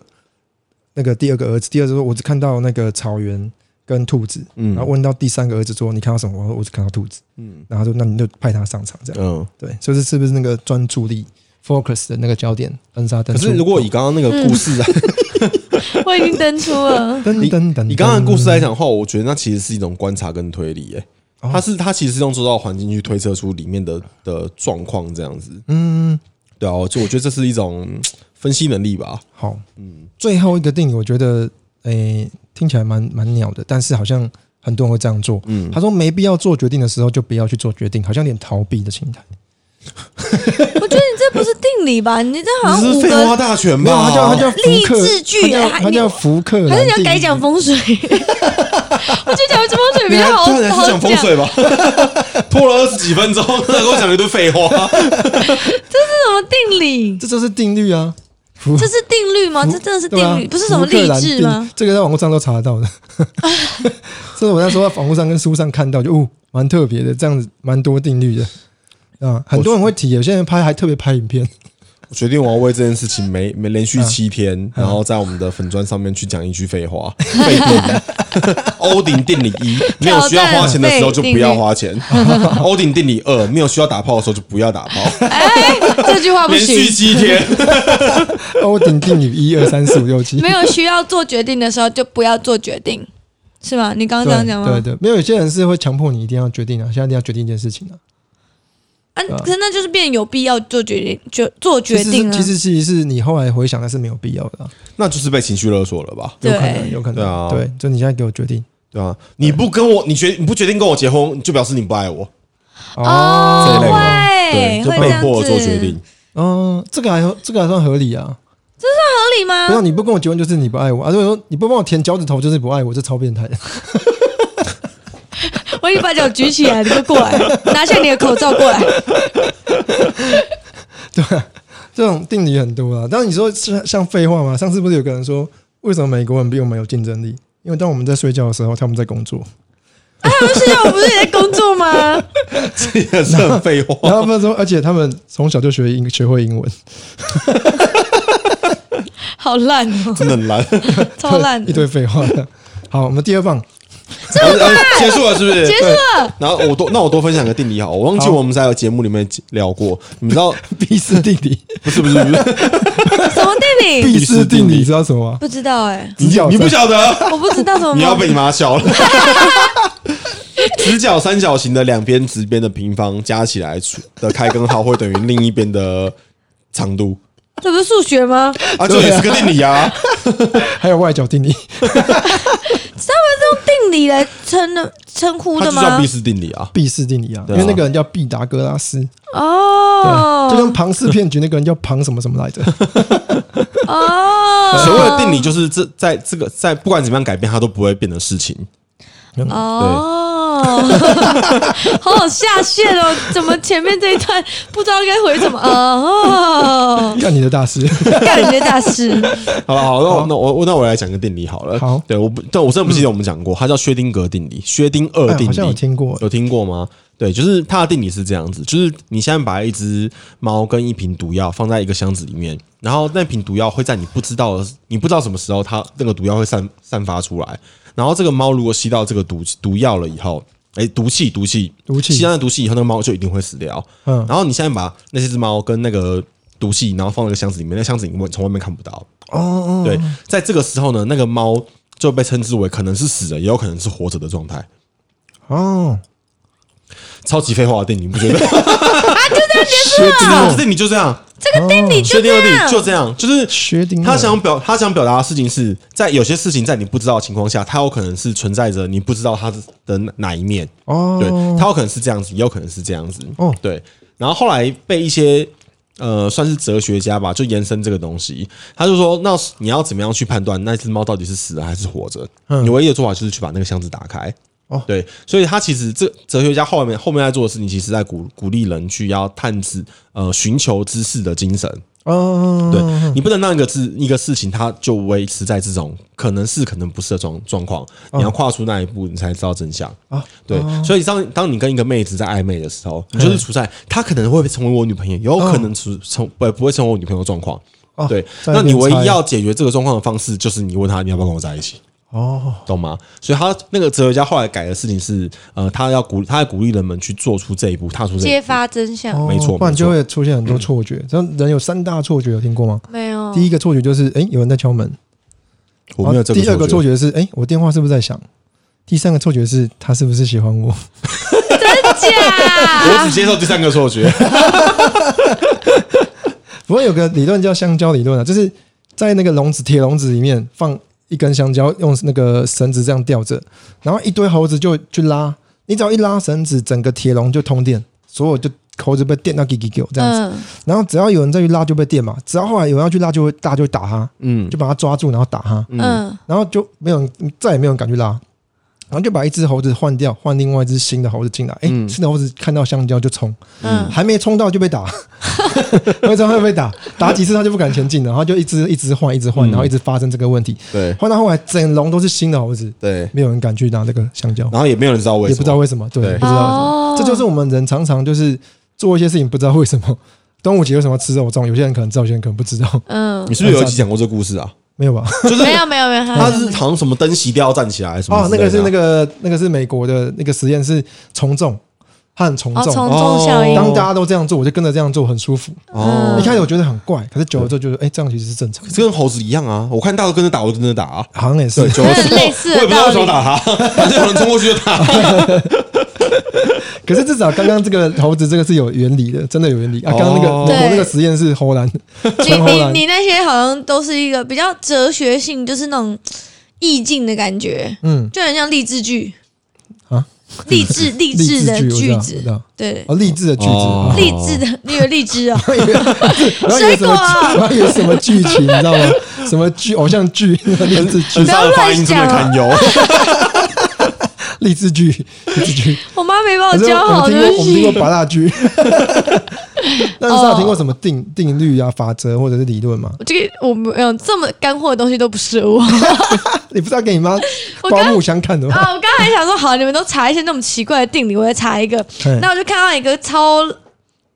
那个第二个儿子，第二个说我只看到那个草原跟兔子，
嗯
然后问到第三个儿子说你看到什么？我说我只看到兔子，
嗯
然后他说那你就派他上场这样，
嗯。
对，就是是不是那个专注力 focus 的那个哦焦点恩杀灯
可
出？
是如果以刚刚那个故事来，
我已经登出 了。
噔噔噔，
以刚刚的故事来讲的话，我觉得那其实是一种观察跟推理、欸，
哦
哎，它是它其实是用周遭的环境去推测出里面的的状况这样子，
嗯，
对啊，就我觉得这是一种嗯分析能力吧，
好，嗯，最后一个定理我觉得诶、听起来蛮蛮鸟的，但是好像很多人会这样做。
嗯，
他说没必要做决定的时候就不要去做决定，好像有点逃避的心态。
我觉得你这不是定理吧？你这好
你
像
是
五
废话
个，
大全
没有，
吧？
他叫他叫福克，
励志剧
他叫
哎
他叫
你
福克兰
还是
定
你
理，
要改讲风水？ 我就讲风水比
你还
较好，
对啊你还
好
是讲风
讲
水吧？ 拖了二十几分钟，跟我讲一堆废话。
这是什么定理？
这就是定律啊。福
这是定律吗？这真的是
对啊
定律，不是什么
福克
励
兰
志
定
吗？
这个在网络上都查得到的。 所以我那时候在网络上跟书上看到，就哦，蛮特别的，这样子蛮多定律的啊。很多人会提，有些人拍还特别拍影片。
我决定我要为这件事情没
嗯
没连续七天，然后在我们的粉砖上面去讲一句废话，废定 理，欧鼎定理一，没有需要花钱的时候就不要花钱， 欧鼎定理二，没有需要打炮的时候就不要打炮，
哎，这句话不
连续
行。
七天，
欧鼎定理一二三四五六 七，
没有需要做决定的时候，就不要做决定，是吗？你刚刚这样讲吗？
对对，没有有些人是会强迫你一定要决定啊，现在一定要决定一件事情啊。
啊，可是那就是变成有必要做决定，就做决定啊。
其实是其实是你后来回想，那是没有必要的啊、
那就是被情绪勒索了吧？
有可能
对
有可能，
对啊
对，就你现在给我决定
对啊，你不跟我，你决你不决定跟我结婚，就表示你不爱我，这一
哦，
类
会
的对，就
会这
被
样
迫做决
子
定，。
嗯，这个还这个还算合理啊。
合理
不
吗
要？你不跟我结婚就是你不爱我啊！如果说你不帮我舔脚趾头就是不爱我，这超变态的。
我已经把脚举起来，你就过来，拿下你的口罩过来。
啊这种定理很多啊。但你说是像废话吗？上次不是有个人说，为什么美国人比我们有竞争力？因为当我们在睡觉的时候，他们在工作。
哎，不是啊，我不是也在工作吗？
这也是很废话。
然后他们说，而且他们从小就学英学会英文，
好烂哦，
真的很烂，
超烂
一
的。
堆废话的。好，我们第二棒，
结束了是不是？
结束了，
然后我多那我多分享个定理好，我忘记
好
我们在节目里面聊过，你知道
毕氏定理。
不是不是不是，
什么 定理？
毕氏定理知道什么吗？
不知道哎，
直角
你不
三
晓得，
我不知道什么。
你要被你妈笑了。 直角三角形的两边直边的平方加起来除的开根号会等于另一边的长度
这不是数学吗？
啊，这也是个定理啊。
还有外角定理，
他们是用定理来称的称呼
它
的
就叫
吗
毕？氏定理啊。
毕氏定理啊，因
对啊
为那个人叫毕达哥拉斯，啊
哦，
就跟庞氏骗局那个人叫庞什么什么来着？
哦，
所谓的定理就是这在这个在不管怎么样改变，它都不会变的事情。
哦， 好好下线哦！怎么前面这一段不知道该回什么？哦，
干你的大师，
干你的大事！
好了，好，那我那我那我来讲个定理好了。
好嗯
对，我不，但我真的不记得我们讲过，它叫薛定谔定理，薛定谔定理，
哎好像有听过
有听过吗？对，就是它的定理是这样子，就是你现在把一只猫跟一瓶毒药放在一个箱子里面，然后那瓶毒药会在你不知道的你不知道什么时候它那个毒药会散散发出来，然后这个猫如果吸到这个毒毒药了以后，哎，毒气毒气
毒气
吸到那毒气以后，那个猫就一定会死掉。
嗯
然后你现在把那些只猫跟那个毒气，然后放在一个箱子里面，那箱子你外从外面看不到。
哦哦，
对，在这个时候呢，那个猫就被称之为可能是死了，也有可能是活着的状态。
哦，
超级废话的定理，你不觉得？
薛定
这个
谔，
定理就这样，
这个定理
确
就
定
这
的定理
样，
就这样，就是
薛定谔
他想表他想表达的事情是在有些事情在你不知道的情况下，它有可能是存在着你不知道它的哪一面。
哦，
对，它有可能是这样子，也有可能是这样子。
哦
对。然后后来被一些呃，算是哲学家吧，就延伸这个东西。他就说，那你要怎么样去判断那只猫到底是死了还是活着？你唯一的做法就是去把那个箱子打开。
嗯哦
对，所以他其实这哲学家后面后面在做的事情，其实在鼓鼓励人去要探知呃寻求知识的精神。
哦，
对你不能让一个事一个事情，它就维持在这种可能是可能不是的状状况，你要跨出那一步，你才知道真相
嗯啊嗯
对，所以当当你跟一个妹子在暧昧的时候，你就是处在她可能会成为我女朋友，有可能处成不不会成为我女朋友的状况。
哦
对，
在
那
那边
你唯
猜
一要解决这个状况的方式，就是你问她你要不要跟我在一起。
哦，
懂吗？所以他那个哲学家后来改的事情是，呃，他要鼓，他要鼓励人们去做出这一步，踏出这一
揭
步。
发真相。
没错
不然
没错嗯
就会出现很多错觉。像人有三大错觉，有听过吗？
没有，
第一个错觉就是，哎，有人在敲门。
我没有
然后
这
第二个错
觉，
觉是，哎，我电话是不是在响？第三个错觉是，他是不是喜欢我？
我
假
只接受第三 个错觉。
不过有个理论叫香蕉理论啊，就是在那个笼子铁笼子里面放一根香蕉，用那个绳子这样吊着，然后一堆猴子就去拉，你只要一拉绳子，整个铁笼就通电，所有就猴子被电到叽叽叽这样子。
嗯，
然后只要有人再去拉就被电嘛，只要后来有人要去拉就会大家就会打他，
嗯
就把他抓住然后打他，
嗯，
然后就没有人再也没有人敢去拉。然后就把一只猴子换掉，换另外一只新的猴子进来。哎、
嗯
新的猴子看到香蕉就冲，
嗯，
还没冲到就被打，会冲会被打，打几次他就不敢前进了，然后就一直一直换，一直换，然后一直发生这个问题。
嗯对
换到后来，整笼都是新的猴子，
对，
没有人敢去拿这个香蕉，
然后也没有人知道为
也
什么，
不知道为什么，对，
对
不知道为什么。
哦
这就是我们人常常就是做一些事情，不知道为什么。 端午节为什么吃肉粽？有些人可能知道，有些人可能不知道，
嗯
你，是不是有一期讲过这个故事啊？
没有吧？
就是
没有没有没有，
他是好像什么灯熄掉站起来什么
哦，那
之类的啊
个是那个那个是美国的那个实验是从众，它很从
哦
众。
从众效应，
当大家都这样做，我就跟着这样做，很舒服。
哦
一，开始我觉得很怪，可是久了之后觉得，哎、这样其实是正常的，
这跟猴子一样啊！我看大家都跟着打，我就跟着打 啊。
好像也是
对，。久
有
了
点
之后
类似的啊
我也不知道为什么
道
打他， 反正有人冲过去就打。
可是至少刚刚这个猴子这个是有原理的，真的有原理啊！刚刚那个
哦
美国那
对
个实验是荷兰，
你
纯荷
你
兰
你那些好像都是一个比较哲学性，就是那种意境的感觉，
嗯，
就很像励志剧
啊，
励志励
励
志
志
的
剧我知
句
道，我知
子，
道
对，
哦，励志的句子，
哦
啊
励志的，你有励 志哦，
我以为我以为什么剧，我以为什么剧情，你知道吗？ 什么剧偶像剧、 励志剧
很、上的发音真的
啊
堪忧。
励志剧、励志剧。
我妈没把
可
我
是
教
我
好，
们听过
对不
我们听过
起。
八大 剧，但是有听过什么定定律啊、法则或者是理论吗？
我这个我没有这么干货的东西都不适合我
你不是要给你妈
我
刮
刚
目相 看的吗？
啊！我刚才想说，好，你们都查一些那种奇怪的定理，我再查一个。
嘿
那我就看到一个超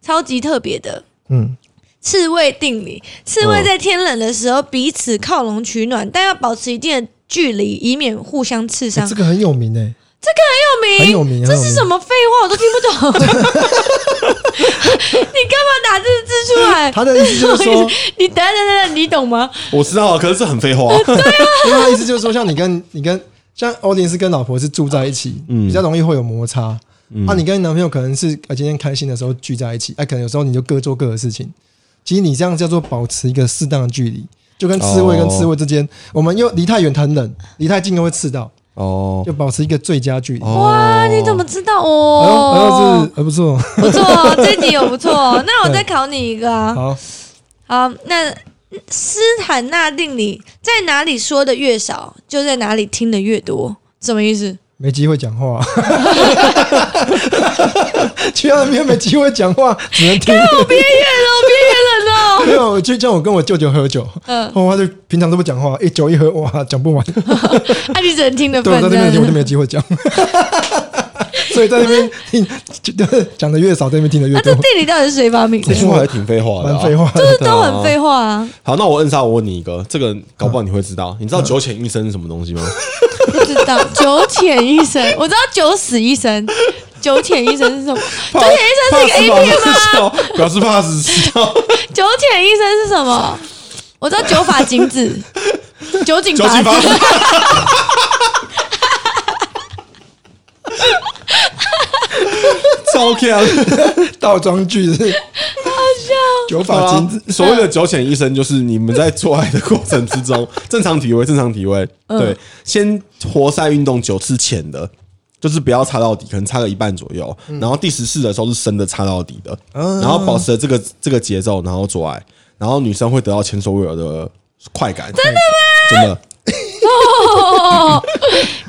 超级特别的，
嗯，
刺猬定理，刺猬在天冷的时候彼此靠拢取暖，但要保持一定的距离，以免互相刺
欸
伤。
这个很有名诶，
这
很有名
这
很有
是
名
什么废话？我都听不懂。 你干嘛打这个字出来？
他的意思就是 说，
你等等等等，你懂吗？
我知道了，可是这很废 话。
因为他的意思就是说，像你跟你跟像欧林是跟老婆是住在一起，
嗯
比较容易会有摩擦。啊，你跟男朋友可能是呃今天开心的时候聚在一起，哎、可能有时候你就各做各的事情。其实你这样叫做保持一个适当的距离，就跟刺猬跟刺猬之间，我们又离太远很冷，离太近又会刺到，
哦
就保持一个最佳距离。哦，哎
哇，你怎么知道
然后
哦？
是还不错，
不错哦，这题有不 错哦。那我再考你一个啊。
好，
好，那斯坦纳定理在哪里说的越少，就在哪里听的越多，什么意思？
没机会讲话， 去到那边没机会讲话，只能听。
边缘哦，边缘人哦。
没有，就像我跟我舅舅喝酒，
嗯，
哦，他就平常都不讲话，一酒一喝，哇，讲不完。
啊，你只能听的
对，
份
我在那
这
边就
样子
我就没有机会讲， 所以在那边 听就讲的越少，在那边听的越
啊，
多
这，地理到底是谁发明
这
的？
句话还挺废话的、
蛮
啊。
废话的。
就是都很废话啊，
好，那我摁下，我问你一个，这个搞不好你会知道。你知道九浅一生是什么 东西吗？
不知道九浅一生，我知道九死一生，九浅一生是什么？九浅一生是一个 A 片吗？
吗？表示怕死笑。
九浅一生是什么？我知道九法井子，九 井
九井
法
法
子
子，超强！
倒装句是好笑，九法金子，
所谓的九浅一生，就是你们在做爱的过程之中，正常体位，正常体位，对，先活塞运动九次浅的，就是不要插到底，可能插个一半左右，然后第十次的时候是深的插到底的，然后保持了这个这个节奏，然后做爱，然后女生会得到前所未有的快感，真的吗？真的。
哦，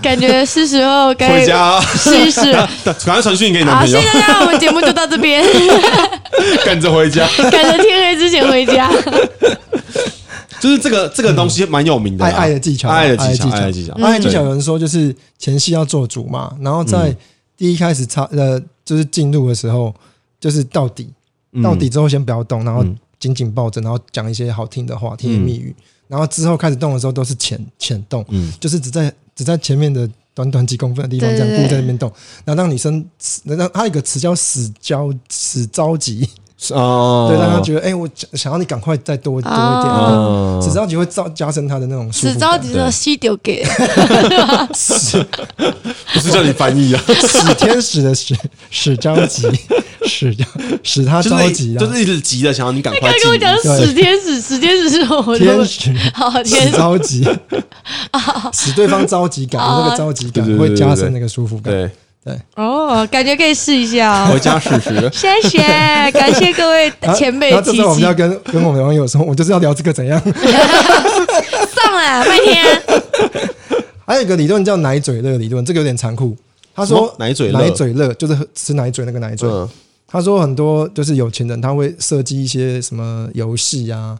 感觉是时候该
回家，
试试了。
赶快传讯给你男
好，
朋
谢
友
谢，大家，我们节目就到这边，
赶着回家。
赶着天黑之前回家。
就是这个这个东西蛮有名的啦，
爱爱的技巧，
啊爱的技
技
巧，爱的技巧，
爱的技巧。有
对。
人说就是前戏要做足嘛，然后在第一开始插呃，就是进入的时候，就是到底到底之后先不要动，然后
嗯
紧紧抱着，然后讲一些好听的话，甜言
嗯
蜜语，然后之后开始动的时候都是浅浅动，
嗯，
就是只在只在前面的短短几公分的地方
对
这样
对
固
对
在那边动，然后让女生死让她有一个词叫死焦死着急，
哦，
对，让她觉得哎、我想想要你赶快再多多一点，啊
哦
死着急会造加深她的那种舒
只
服
着
感。
急的吸丢给，
不是叫你翻译啊，
使天使的使使着急， 使着使她
就
着
是
急啊，
就是一直急着想要你赶快
他
进
跟我讲
入。
对
死天使，死天使是我
天
的。
使。
好天
使
使，
着急，使对方着急感，有那个着急感
对对对
会
对
加
对
深那个舒服感。
对，
哦，感觉可以试一下哦
回。家试试。
谢谢，感谢各位
然后
前辈
然啊哦后这
的提
时候我们
及
要。跟跟我们 的网友说，我们就是要聊这个怎样。
上了，麦天，
还有一个理论叫奶嘴乐理论，这个有点残酷。他
什
说
么奶嘴乐
奶嘴乐就是喝吃奶嘴那个奶嘴。
嗯
他说很多就是有钱人他会设计一些什么游戏啊、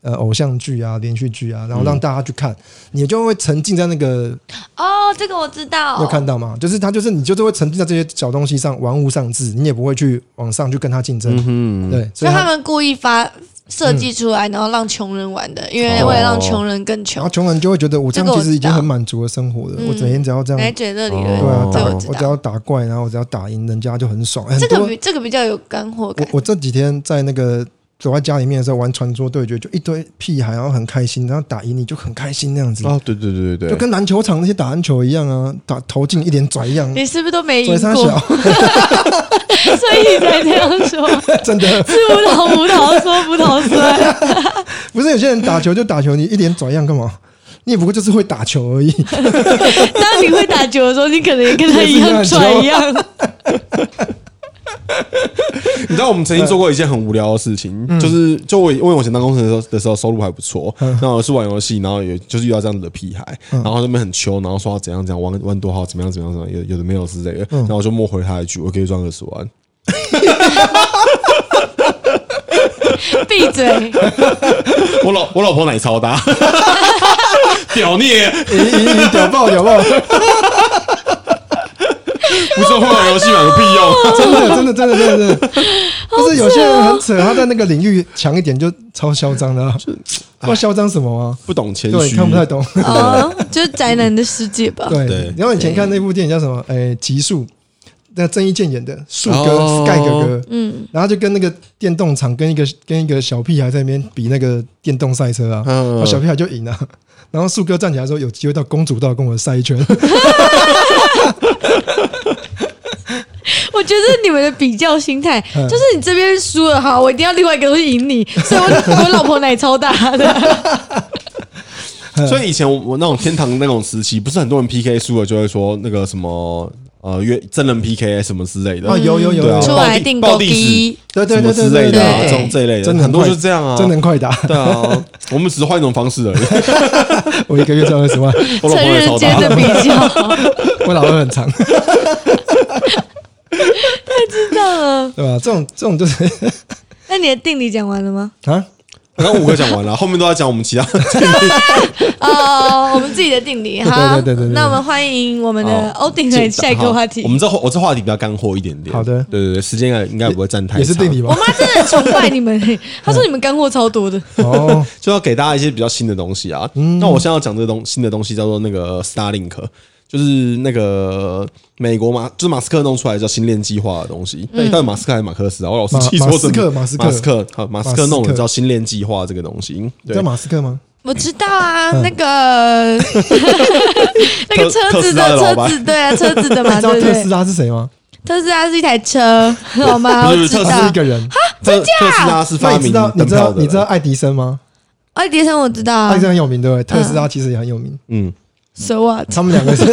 呃偶像剧啊、连续剧啊，然后让大家去看，你就会沉浸在那个
哦，这个我知道。
有看到吗？就是他就是你就是会沉浸在这些小东西上玩物丧志，你也不会去往上去跟他竞争。
嗯哼，
对，所
就
以
他
他
们故意发设计出来，然后让穷人玩的，因为为了让穷人更
然
穷
后。穷人就会觉得我这样
这个我
其实已经
知道
很满足的生活了，
嗯
我整天只要这
奶
样。
嘴乐理
对
论，
对啊，
哦
这
打
我
我
知
只
道。
要打怪，然后我只要打赢人家就很爽。很
这
多
个比这个比较有干货
我
感。
我这几天在那个躲在家里面的时候玩传说对决，就一堆屁孩，然后很开心，然后打赢你就很开心那样子，
哦，对对对对
就
对，
跟篮球场那些打篮球一样啊，打投进一连拽 一样，
你是不是都没赢
拽三
过？
小，
所以你才这样说，
真的
吃葡萄葡萄说葡萄 酸。
不是有些人打球就打球，你一连拽一样干嘛？你也不过就是会打球而 已，
当你会打球的时候，你可能也跟他一样
也是一样
拽一样。
你知道我们曾经做过一件很无聊的事情，就是就我因为我以前当工程师的时候的时候收入还不错，然后我是玩游戏，然后有就是遇到这样子的屁孩，然后他们很穷，然后说他怎样怎样玩玩多好，怎么样怎么样怎么样，有有的没有之类的，然后我就默回他一句，我可以赚二十万。
闭嘴！
我老我老婆奶超大， 屌虐，
咦咦咦屌爆屌爆！
不是会玩游戏玩个屁用？
真的，真的，真的，真的，真
啊
的，就是有些人很扯，他在那个领域强一点就超嚣张的、啊，不知道嚣张什么啊？
不懂谦
对，
虚，
看不太懂。
哦，就是宅男的世界吧。
对
啊对，
然后以前看那部电影叫什么？诶，《极速》，那郑伊健演的树哥
哦
Sky 哥哥，
嗯，
然后就跟那个电动厂跟一个跟一个小屁孩在那边比那个电动赛车啊，
嗯
然后小屁孩就赢了。啊 然后树哥站起来说：“有机会到公主道跟我赛一 圈。
我觉得你们的比较心态，
嗯
就是你这边输了，好，我一定要另外一个东西赢你，所以我 我老婆奶超大的，
嗯
所以以前我我那种天堂那种时期，不是很多人 PK 输了就会说那个什么呃约真人 PK 什么之类”的
哦，，有有有
对啊
有，
出
有
来定高低，
对对
什么
对
之
对
类
对
的啊，
对
这种这一类的，
真的
很多
快
就是这样啊，
真的很快打，
对啊，我们只是换一种方式而已。
我一个月赚二十万，
我老
成
婆也
人
超
间
大，
的比较，
我老二很长。
知道了。
对吧？这种这种就是
那你的定理讲完了吗？
啊，
刚刚五个讲完了，后面都在讲我 们其他。
哦，我们自己的定理，好，
对对对对对
那我们欢迎我们的欧丁 来下一个话题
好我。们这我这话题比较干货一点点。
好的
对对对，时间应该应该不会占太长
也是定理，
我
吧？
妈真的很崇拜你们、欸，她说你们干货超多的。
哦，
就要给大家一些比较新的东西啊。
嗯
那我现在要讲这个东新的东西叫做那个 Starlink，就是那个美国马就是马斯克弄出来叫星链计划的东西。到底马斯克还是马克思啊？我老是记错
嗯马斯
真
克
的
马斯克
马斯克好马斯
马斯克
克弄的叫星链计划这个东西。
你知
对
道，马斯克吗？
我知道啊，
嗯
那 个那个车子的
特斯拉的老
车
板
子，对啊，车子的
你
嘛，
知道
对不
特斯
对？
拉是谁吗？
特斯拉是一台车，好吗？
不
我
是
知
特斯
他是
道
一，个人。
特特斯拉是
那
发
你知
明
道你
灯
知
泡
道
的，
你知道爱迪生吗？
爱迪生我知道
爱
啊
迪生很有名，对不对？特斯拉其实也很有名。
嗯。
，So what？
他们两个是，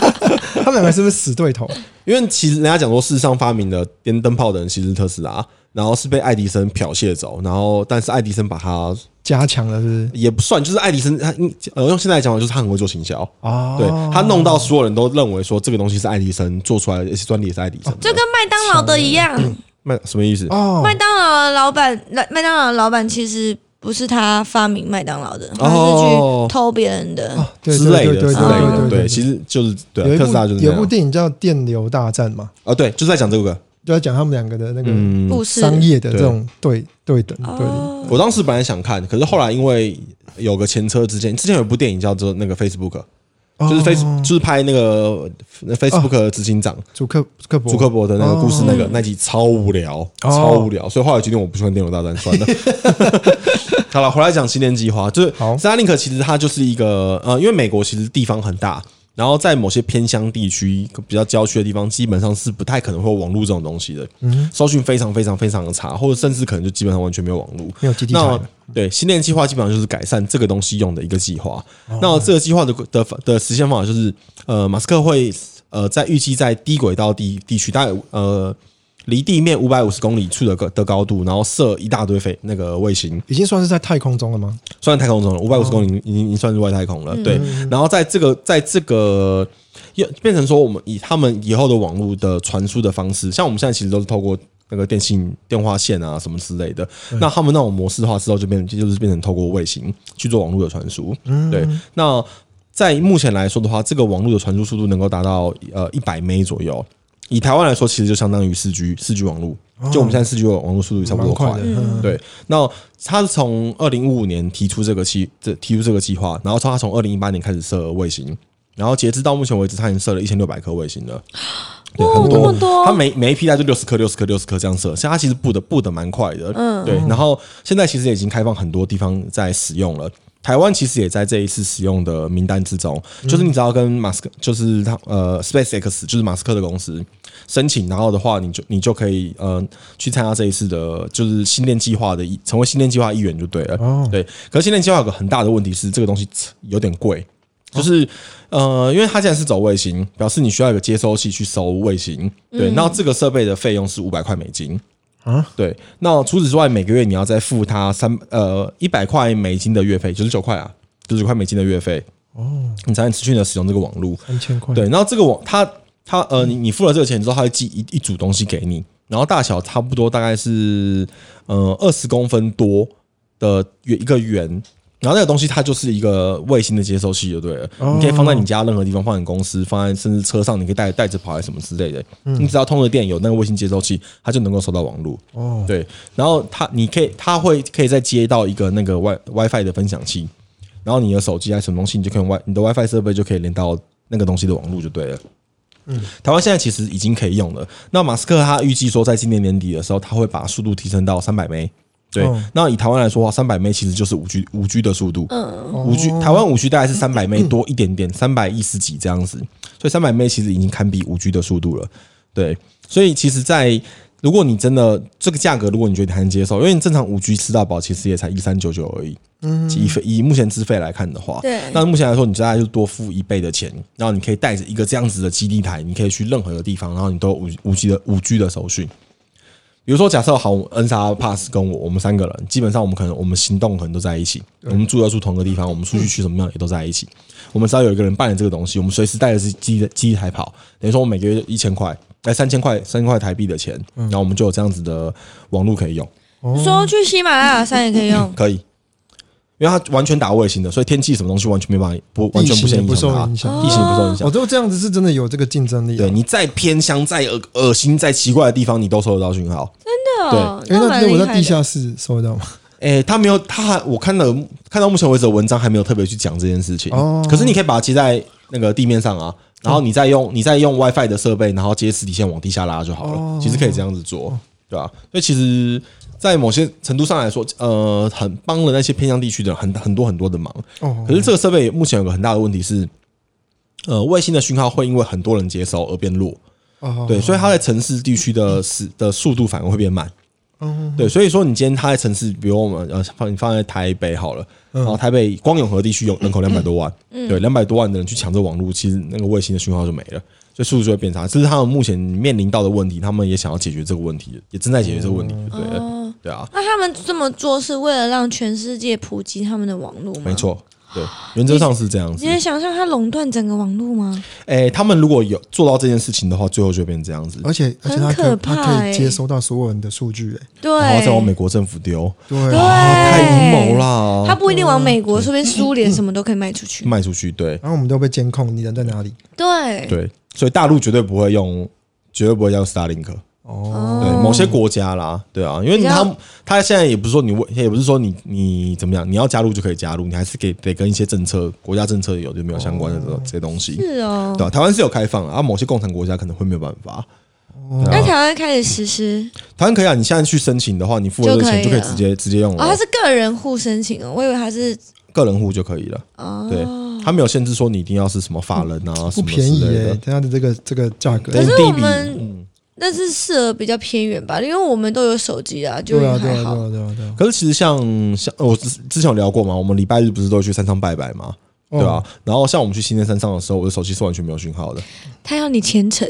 他们两个是不是死对头？
因为其实人家讲说，世上发明的电灯泡的人其实是特斯拉，然后是被爱迪生剽窃走，然后但是爱迪生把它
加强了，是不是？
也不算，就是爱迪生他呃用现在来讲法就是他很会做行销，
哦，
对他弄到所有人都认为说这个东西是爱迪生做出来的，而且专利也是爱迪生的。
就跟麦当劳的一样，
那什么意思？
哦，
麦当劳的老板，麦麦当劳的老板其实不是他发明麦当劳的，他是
哦
去偷别人的。
哦对
之类的
对对
之
对
类
对
的，
对
对，其实就是对
有
啊
一
特斯拉就
部
是那
有一部
样
电影叫《电流大战》嘛，
啊，对，就是在讲这个，
就在讲他们两个的那个
嗯，
故事
商业的这种对对等对立。
哦，
我当时本来想看，可是后来因为有个前车之鉴，之前有一部电影叫做那个 Facebook，就是 Face
哦
就是拍那个那 Facebook 的执行长
主克主克伯
朱克伯的那个故事，
哦
那个那集超无聊，超无聊，所以后来决定我不喜欢电脑大战算了。好了，回来讲新年计划，就是
好
Starlink 其实它就是一个呃，因为美国其实地方很大。然后在某些偏乡地区、比较郊区的地方，基本上是不太可能会有网络这种东西的，
嗯
搜寻非常非常非常的差，或者甚至可能就基本上完全没有网络。
没有基地台
那
了。
对新链计划基本上就是改善这个东西用的一个计划。
哦
那这个计划的的的实现方法就是，呃，马斯克会呃在预计在低轨道地地区，大概呃离地面五百五十公里处的高的高度，然后设一大堆飞那个卫星。
已经算是在太空中了吗？
算太空
哦
中了，五百五十公里已经已经算是外太空
嗯
了。对，然后在这个在这个又变成说，我们以他们以后的网络的传输的方式，像我们现在其实都是透过。那个电信电话线啊，什么之类的，那他们那种模式化之后，就变就是变成透过卫星去做网络的传输。
嗯
对，那在目前来说的话，这个网络的传输速度能够达到呃一百 m 左右。以台湾来说，其实就相当于四 G 四 G 网络，就我们现在四 G 网络速度差不
哦蛮
多
快
快。
的。嗯
对，那他是从二零五五年提出这个计，这提出这个计划，然后他从二零一八年开始射卫星，然后截至到目前为止，他已经射了一千六百颗卫星了。对，很
哦这么多
他每每一批他就六十颗、六十颗、六十颗这样射，所以他其实布的布的蛮快的。嗯，对。然后现在其实已经开放很多地方在使用了。台湾其实也在这一次使用的名单之中，就是你只要跟马斯克，就是他呃 SpaceX，就是马斯克的公司申请，然后的话，你就你就可以呃去参加这一次的，就是新电计划的一，成为新电计划一员就对了。
哦
对，可是新电计划有个很大的问题是，这个东西呃有点贵，就是、呃，因为它现在是走卫星，表示你需要有个接收器去收卫星。对，那这个设备的费用是五百块美金。
嗯啊，
对，那除此之外，每个月你要再付他三呃一百块美金的月费，九十九块啊，九十九块美金的月费，
哦，
你才能持续的使用这个网络。
三千块，
对，然后这个网它它呃，你你付了这个钱之后，它会寄一一组东西给你，然后大小差不多大概是呃二十公分多的圆一个圆，然后那个东西它就是一个卫星的接收器，就对了，你可以放在你家任何地方，放在你公司，放在甚至车上，你可以带带着跑还是什么之类的，你只要通了电有那个卫星接收器，它就能够收到网络。
哦，
对，然后它你可以，它会可以再接到一个那个 Wi WiFi 的分享器，然后你的手机啊什么东西，你就可以用 Wi 你的 WiFi 设备就可以连到那个东西的网络就对了。嗯，台湾现在其实已经可以用了。那马斯克他预计说，在今年年底的时候，他会把速度提升到三百 m 对，
哦
那以台湾来说的话，三百 m 其实就是五 G 五 G 的速度。
嗯，
五 G
哦
台湾五 G 大概是三百 m 多一点点，三百一十几这样子，所以三百 m 其实已经堪比五 G 的速度了。对，所以其实在，如果你真的这个价格，如果你觉得还能接受，因为你正常五 G 吃到饱，其实也才一三九九而已。嗯，以费以目前资费来看的话，
对
那目前来说，你大概就多付一倍的钱，然后你可以带着一个这样子的基地台，你可以去任何的地方，然后你都有五五 G 的五 G 的手续。比如说，假设好恩莎、Pass 跟我，我们三个人，基本上我们可能我们行动可能都在一起，我们住要住同一个地方，我们出去去什么样也都在一起。我们只要有一个人办理这个东西，我们随时带着机机机台跑，等于说我每个月一千块，哎三千块三千块台币的钱，
嗯
然后我们就有这样子的网络可以用，
说去喜马拉雅山也可以
哦嗯
用，
可以。因为它完全打卫星的，所以天气什么东西完全没办法不完
疫
全不
情
先
也不
影响
受
它，
影响。哦
疫情也不受影
哦
响
我。都这样子是真的有这个竞争力啊。
对你再偏乡、再恶恶心、再奇怪的地方，你都收得到讯号。
真的哦，
哎，
那
那
蛮
如
厉
果
害
在地
的。
下室收得到吗？
诶、他没有，他还我看了看到目前为止的文章还没有特别去讲这件事情。
哦嗯
可是你可以把它接在那个地面上啊，然后你再用、你再用 WiFi 的设备，然后接实体线往地下拉就好了。
哦
其实可以这样子做，对吧、所以其实，在某些程度上来说，呃，很帮了那些偏向地区的人很很多很多的忙。
哦
可，是这个设备目前有个很大的问题是，呃，卫星的讯号会因为很多人接收而变弱。
哦
对，，所以它在城市地区的时的速度反而会变慢。
嗯
对，所以说你今天它在城市，比如我们呃放你放在台北好了，然后台北光永和地区有人口两百多万，
嗯
对，两百多万的人去抢这网络，其实那个卫星的讯号就没了，所以速度就会变差。这是他们目前面临到的问题，他们也想要解决这个问题，也正在解决这个问题，对了
哦
对啊，
那他们这么做是为了让全世界普及他们的网络吗？
没。错，对，原则上是这样子
你。能想象它垄断整个网络吗？
哎，他们如果有做到这件事情的话，最后就会变成这样子，
而且而且它
很
可
可
以它
怕
可以
欸
接收到所有人的数据，哎，
对，
然后再往美国政府丢，
对
对，
啊。
太阴谋啦！
它不一定往美国，说不定苏联什么都可以卖出去。
卖出去，对
然后我们都被监控，你人在哪里？
对，
对，所以大陆绝对不会用，绝对不会用 Starlink。
哦，
对，
哦，
某些国家啦，对啊，因为
比较
他他现在也不是说你问，也不是说你你怎么样，你要加入就可以加入，你还是给得跟一些政策、国家政策有就没有相关的这种这些东西，
是哦
对。啊，台湾是有开放啊，啊某些共产国家可能会没有办法。
那台湾开始实施
台湾可以啊，你现在去申请的话，你付了这个钱就
就
可
可
以
以
直接直接用
哦，
了
它，是个人户申请哦，我以为它是
个人户就可以了。
哦。
对，他没有限制说你一定要是什么法人啊，什
不
么之
便宜
类
哎
的，。
它的这个这个价格
但，
是
第一
我
笔
们
嗯
那是适合比较偏远吧，因为我们都有手机啊，就
对啊
也
对
还
啊对
好。
啊对啊对啊，
可是其实像像呃我之之前有聊过嘛，我们礼拜日不是都会去山上拜拜嘛，
哦
对吧、然后像我们去新店山上的时候，我的手机 是完全没有讯号的。
他要你虔诚，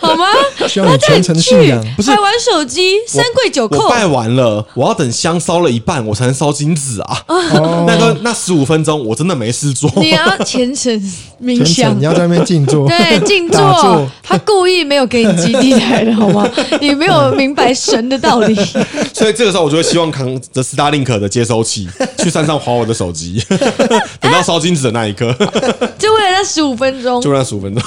好吗？
需要你
带
传
你
承
去
信仰。
不是
还玩手机，三跪九
我拜
叩，
完了，我要等香烧了一半，我才能烧金子啊。
哦
那个那十五分钟，我真的没事做。
你要虔诚冥
全程
想
你。要在那边静坐，
对，啊静
打
坐
坐，
他故意没有给你基地台的好吗？你没有明白神的道 理。
所以这个时候，我就会希望扛着 Starlink 的接 收器去山上划我的手机， 等到烧金子的那一刻，
啊就为了那十五分钟
就，那十五分钟。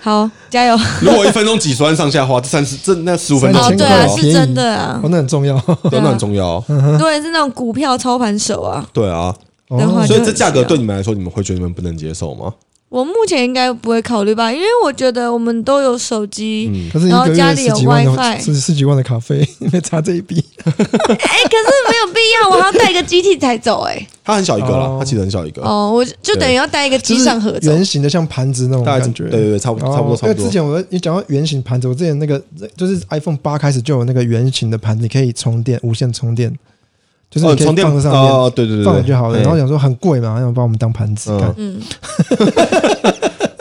好，加油！
如果一分钟几十万上下花，这三十这那十五分钟
3000
哦，
千
对
块
啊，
哦
是真的啊嗯
哦，，那很重要。
对那很重要哦。
对，是那种股票操盘手啊。
对啊，
的话
哦，
所以
就
这
很啊
价格
需要
对你们来说，你们会觉得你们不能接受吗？
我目前应该不会考虑吧，因为我觉得我们都有手机，
嗯可是一
然后
个
家
月
里
十
有
几万
WiFi
的，十十几万的咖啡， 没差这一笔。
哎、可是没有必要，我还要带一个机体才走、哎，
它很小一个啦
哦，
它其实很小一个。
哦，我就等于要带一个
就
机
是
上盒走。
圆形的像盘子那种
大概
感觉，
对对对差不多
哦
差不多差不多
因为之前我你讲到圆形盘子，我之前那个就是 iPhone 八开始就有那个圆形的盘子，你可以充电，无线充电，就是
哦，
你可以
充电
放在上面，
哦，对对对，
放了就好了。
哎
然后想说很贵嘛，然后把我们当盘子
嗯
看。
嗯，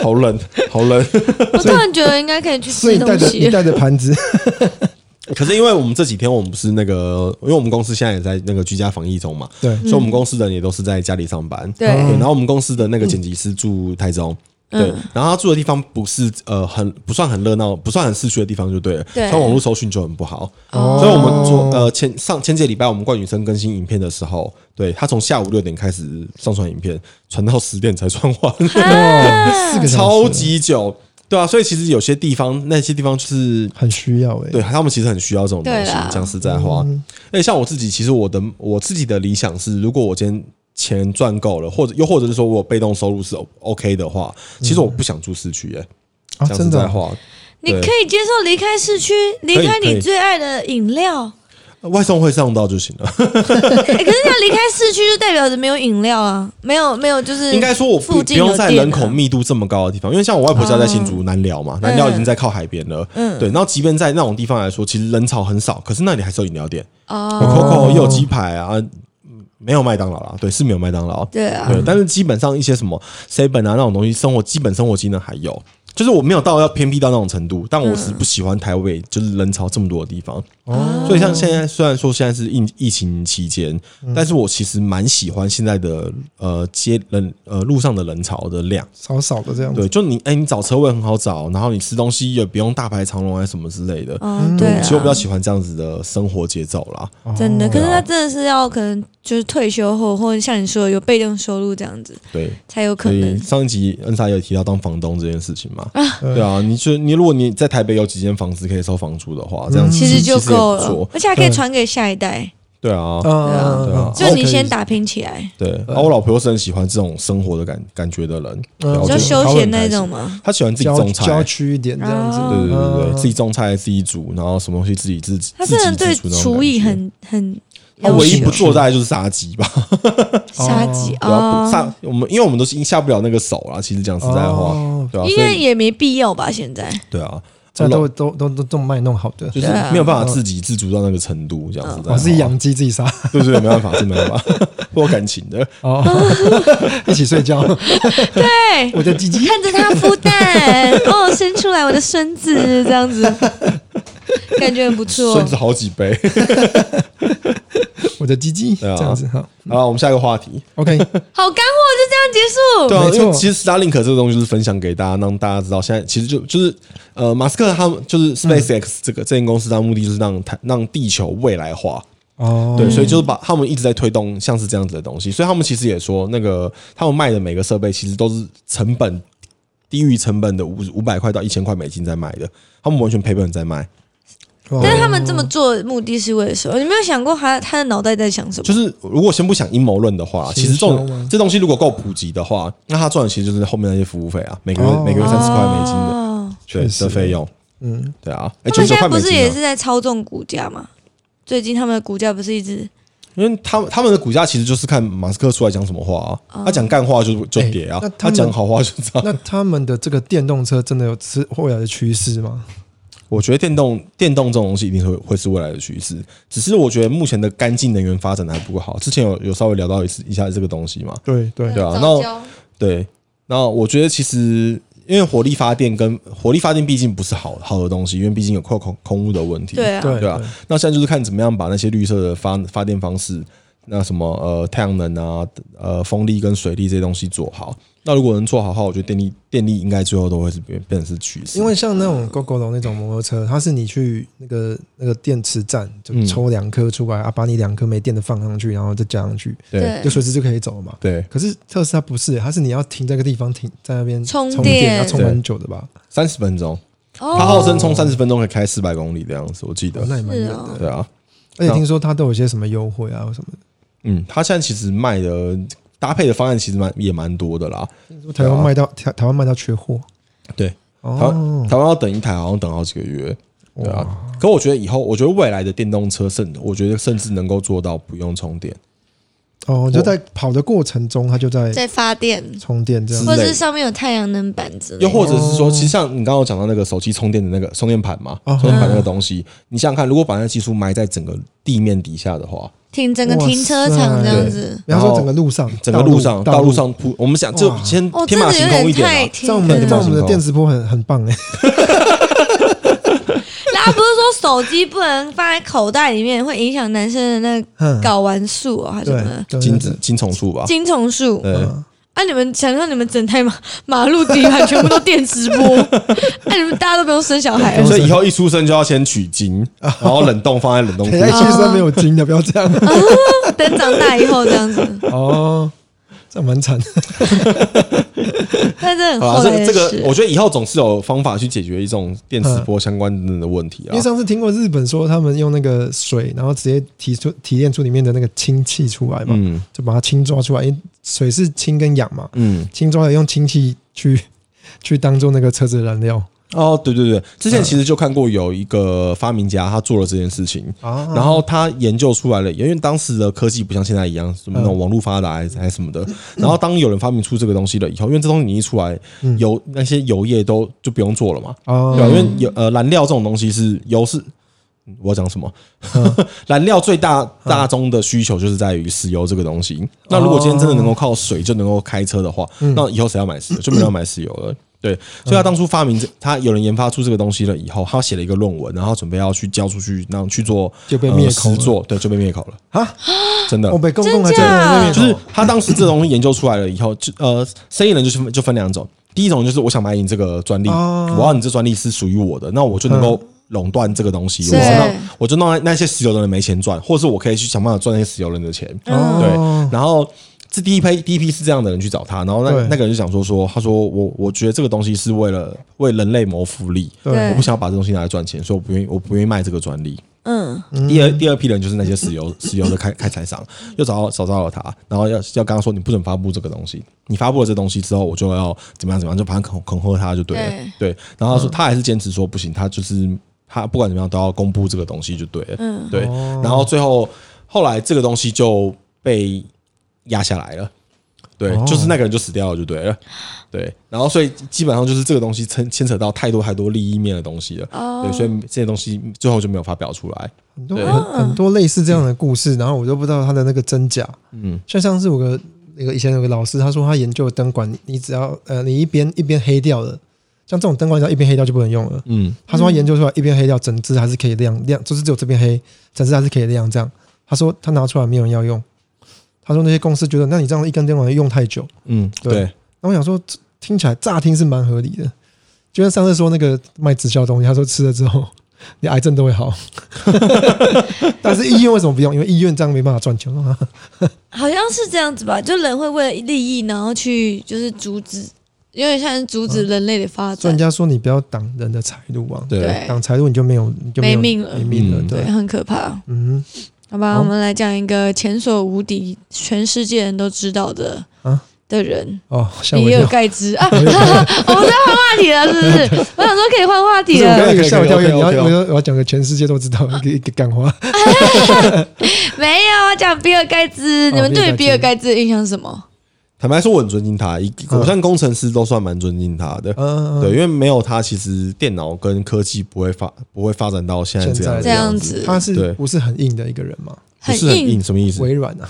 好冷，好冷。
我突然觉得应该可以去
所以
吃
你带
东
着你
西。
带着盘子，
可是因为我们这几天我们不是那个，因为我们公司现在也在那个居家防疫中嘛，
对，
所以我们公司的人也都是在家里上班。
对
然后我们公司的那个剪辑师住台中。对，
嗯
然后他住的地方不是呃很不算很热闹，不算很市区的地方就对了，
对
所以网络搜寻就很不好。
哦
所以我们昨呃前上前几个礼拜我们冠宇生更新影片的时候，对他从下午六点开始上传影片，传到十点才传完，
啊
哇，四个小时
超级久。对啊，所以其实有些地方那些地方就是
很需要哎、
对他们其实很需要这种东西
对啦。
讲实在话，那、像我自己，其实我的我自己的理想是，如果我今天钱赚够了，或者又或者是说我有被动收入是 O- OK 的话，其实我不想住市区、耶。哎
啊，
讲实
真的
在
哦，
话，
你可以接受离开市区，离开你最爱的饮料。
外送会上到就行了。
哎、可是你要离开市区，就代表着没有饮料啊，没有没有，就是
应该说我不
附
不
近有
用在
店啊哦嗯
人口密度这么高的地方，因为像我外婆家在新竹南寮嘛，南寮已经在靠海边了。嗯，对，然后即便在那种地方来说，其实人潮很少，可是那里还是有饮料店，有
哦，
Coco 也有鸡排啊，嗯没有麦当劳啦，对，是没有麦当劳。
对啊，
对，但是基本上一些什么 seven 啊那种东西，生活基本生活机能还有，就是我没有到要偏僻到那种程度，但我是不喜欢台北就是人潮这么多的地方。所以像现在虽然说现在是疫疫情期间，但是我其实蛮喜欢现在的呃街人呃路上的人潮的量。
少少的这样子。
对，就你哎、你找车位很好找，然后你吃东西也不用大排长龙啊什么之类的。
哦，对
其实我比
啊
较，喜欢这样子的生活节奏啦。
真的。可是
对啊
他真的是要可能就是退休后，或者像你说的有被动收入这样子，
对，
才有可
所以
能。
上一集恩莎也有提到当房东这件事情嘛，对啊，你就你如果你在台北有几间房子可以收房租的
嗯
话，这样子
其实就
也
够
不
了
错，
而且还可以传给下一代。
对啊，
啊嗯
对啊
就你先，打拼起来，
对。然后我老婆又是很喜欢这种生活的感感觉的人，对
嗯
啊
你
我
就
就
觉得
休
她会
闲
很开
那
心
种嘛。
她喜欢自己
郊
种菜，
郊
对
区一点这样子，
哦
对对对，对
嗯
自己种菜自己煮，然后什么东西自己自己
他
自
真的
给
对
自足那种
厨
感
艺
觉。
很哦很
他
要
啊唯一
求
不做大概就是杀鸡吧，
杀鸡
对啊，不
啊，
杀我们因为我们都是下不了那个手啦，其实讲实在话
哦，
对啊，
应
所
该
以
也没必要吧？现在
对啊，
这都都都都都卖弄好的，
就是
对啊
没有办法自给自足到那个程度，这样子。
哦我自己，养鸡自己杀，
对对，没办法，是没办法， 会有感情的。
哦， 一起睡 觉，
对，
我的鸡鸡，
看着他孵蛋，哦，生出来我的孙子，这样 子，感觉很不
啊
错
孙。子好几 杯。
我的鸡鸡，
对啊
这样子哈
好了，我们下一个话题。
，OK，
好干货就这样结束。
对啊，
没
因为
错
其实 Starlink 这个东西就是分享给大家，让大家知道现在其实就就是呃，马斯克他们就是
嗯
SpaceX 这个这间公司，它的目的就是让它让地球未来化。
哦，
对，所以就是把他们一直在推动像是这样子的东西，所以他们其实也说，那个他们卖的每个设备其实都是成本低于成本的五五百块到一千块美金在卖的，他们完全赔本在卖。
哦，
但是他们这么做的目的是为了什么？你没有想过他他的脑袋在想什么？
就是如果先不想阴谋论的话，其实这
行销
种
吗
这东西如果够普及的话，那他赚的其实就是后面那些服务费啊，每个月、
哦
每个月三十块美金的
哦
对
确实
的费用，
嗯，
对啊，哎
他
九
们
十九
现在
块
不
美
是也
金、啊，
是在操纵股价吗？最近他们的股价不是一直
因为他们他们的股价其实就是看马斯克出来讲什么话啊，他讲干话就就跌啊
哦哎那，他
他
们
讲好话就涨。
那他们的这个电动车真的有是未来的趋势吗？
我觉得电动电动这种东西一定是会会是未来的趋势，只是我觉得目前的干净能源发展的还不够好。之前有有稍微聊到一次一下这个东西嘛，
对对
对啊那对，那我觉得其实因为火力发电跟火力发电毕竟不是好好的东西，因为毕竟有空空空污的问题。
对啊
对
对啊，那现在就是看怎么样把那些绿色的发发电方式，那什么呃太阳能啊、呃风力跟水力这些东西做好。那如果能做好的话，我觉得电力电力应该最后都会是变变成是趋势。
因为像那种 GoGo 龙那种摩托车，它是你去那个那个电池站就
嗯
抽两颗出来、啊，把你两颗没电的放上去，然后再加上去，
对
就随时就可以走了嘛。
对，
可是特斯拉不是，它是你要停这个地方停，在那边
充
充
电
要充蛮久的吧？
三十分钟，
哦，
它号称充三十分钟可以开四百公里的样子，我记
哦
得。
那也蛮远的。
是哦
对啊，
而且听说它都有一些什么优惠啊或什么的。
嗯，它现在其实卖的搭配的方案其实蛮也蛮多的啦。
听说台湾卖到台台湾卖到缺货
对，台
哦
湾，台湾要等一台，好像等好几个月。对啊，可我觉得以后，我觉得未来的电动车甚，我觉得甚至能够做到不用充电。
哦，就在跑的过程中，它就在
在发电，
充电这样
之。
或
类的
者是上面有太阳能板之类
又
的。
或者是说，其实像你刚刚有讲到那个手机充电的那个充电盘嘛，
哦
充电盘那个东西，你想想看，如果把那技术埋在整个地面底下的话，
停整个停车场这样子，
然
然
后
后
说整个路上，
整个路上道路，上铺，我们想就
哇
先
哦，
天
这
马
个有
行空一
点
点
太
啊，
在我
停
们在
对
车
我们
场。
的电磁波很很棒
啊
哎，
大家不是说手机不能放在口袋里面，会影响男生的那
嗯
个睾丸素哦，还是什么
对，哦
金子金虫树吧，
精虫素？
对，
啊，你们想说你们整台马马路底盘全部都电直 播，啊，你们大家都不用生小孩哦了
所以以后一出生就要先取 精，然后冷冻放在冷冻库
等一。下先生没有金的，不要这样
等长大以后这样子，
哦，这样蛮惨的。
但是很
好啦，啊
坏的
这这
事
个我觉得以后总是有方法去解决一种电磁波相关的问题
因
啊
为。上次听过日本说他们用那个水，然后直接提出提炼出里面的那个氢气出来嘛，
嗯
就把它氢抓出来，因为水是氢跟氧嘛，
嗯，
氢抓来用氢气去去当做那个车子的燃料
哦，对对对，之前其实就看过有一个发明家，他做了这件事情，
啊
然后他研究出来了，因为当时的科技不像现在一样，什么那种
嗯
网络发达还是还是什么的。然后当有人发明出这个东西了以后，因为这东西你一出来，油那些油液都就不用做了嘛，
哦
对吧？因为有呃燃料这种东西是油是。嗯我要讲什么？
嗯
燃料最大大宗的需求就是在于石油这个东西。那如果今天真的能够靠水就能够开车的话，
嗯
那以后谁要买石油？就没有人要买石油了。对，所以他当初发明这，他有人研发出这个东西了以后，他写了一个论文，然后准备要去交出去，然后去做
就被灭
呃
口了
实作，对，就被灭口了
啊！
真的
我，被公共还
真
在
假
就
那
是
边，
他当时这东西研究出来了以后，就呃，生意人就是就分两种，第一种就是我想买你这个专利，
哦嗯
我要你这专利是属于我的，那我就能够垄断这个东西，
对
我让我就弄那那些石油的人没钱赚，或是我可以去想办法赚那些石油人的钱，哦
哦
对，然后。这第一批第一批是这样的人去找他，然后那
对
那个人就想说说，他说我我觉得这个东西是为了为人类谋福利，
对
我不想要把这东西拿来赚钱，所以我不愿意我不愿意卖这个专利。
嗯，
第二第二批人就是那些石油 石油的开开采商，又找到找到了他，然后要要跟他说你不准发布这个东西，你发布了这东西之后，我就要怎么样怎么样，就反正恐恐吓他就对了，对。然后他说他还是坚持说不行，他就是他不管怎么样都要公布这个东西就对了，对。然后最后后来这个东西就被压下来了。对，就是那个人就死掉了，就对了。对，然后所以基本上就是这个东西牵牵扯到太多太多利益面的东西了。对，所以这些东西最后就没有发表出来。
很多
对
嗯
很很多类似这样的故事，然后我都不知道它的那个真假。
嗯，
像上次我个那个以前有个老师，他说他研究的灯管，你你只要呃你一边一边黑掉了，像这种灯管只要一边黑掉就不能用了。
嗯，
他说他研究出来一边黑掉，整只还是可以亮亮，就是只有这边黑，整只还是可以亮这样。他说他拿出来没有人要用，他说那些公司觉得那你这样一根电管用太久。
嗯，
对
对，
那我想说这听起来乍听是蛮合理的，就像上次说那个卖直销的东西，他说吃了之后你癌症都会好， 但是医院为什么不用？因为医院这样没办法赚钱啊。
好像是这样子吧，就人会为了利益，然后去就是阻止，有点像是阻
嗯
止人类的发
所以
展
人，家说你不要挡人的财路啊，
对
对
挡财路你就没有你就有
没命了
没命了，
嗯
对，
对，
很可怕。
嗯，
好吧，
好
我们来讲一个前所无敌、全世界人都知道的
啊
的人，
哦，吓我
比
一
尔
跳，
盖茨啊！我 们在换话题了，是不 是？我想说可以换话题
我
了
不，
刚
是
才吓我一跳，
可以可以
我要
可以可
我
以
要我要讲个全世界都知道一个一个干话，
没有啊？讲比尔盖茨，
哦
你们对于
比
比
尔盖茨
尔盖茨的印象是什么？
坦白说，我很尊敬他，一
嗯
我像工程师都算蛮尊敬他的。
嗯，
对，因为没有他，其实电脑跟科技不会发不会发展到现在这样
现在
的
这样
子。
子
他是
对
不是很硬的一个人嘛？啊
不是很
硬
硬，什么意思？
微软啊，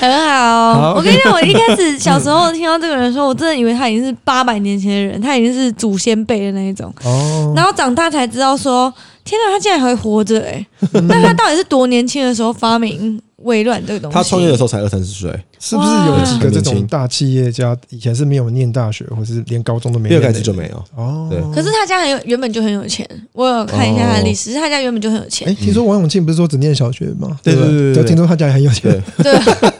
很好。
好
我跟你讲，我一开始小时候听到这个人的时候，我真的以为他已经是八百年前 的人，他已经是祖先辈的那一种。
哦，
然后长大才知道说，天哪，他竟然还活着哎、那他到底是多年轻的时候发明微软这个东西？
他创业的时候才二三十岁，
是不是有几个这
哇
种大企业家以前是没有念大学，或是连高中都没
比
念
尔
的？
盖茨就没有。
哦。
对
可是他家很有原本就很有钱，我有看一下他的历
哦
史，他家原本就很有钱
哎，。听说王永庆不是说只念小学吗？
对
不
对对对
就听说他家也很有钱
对，
对，啊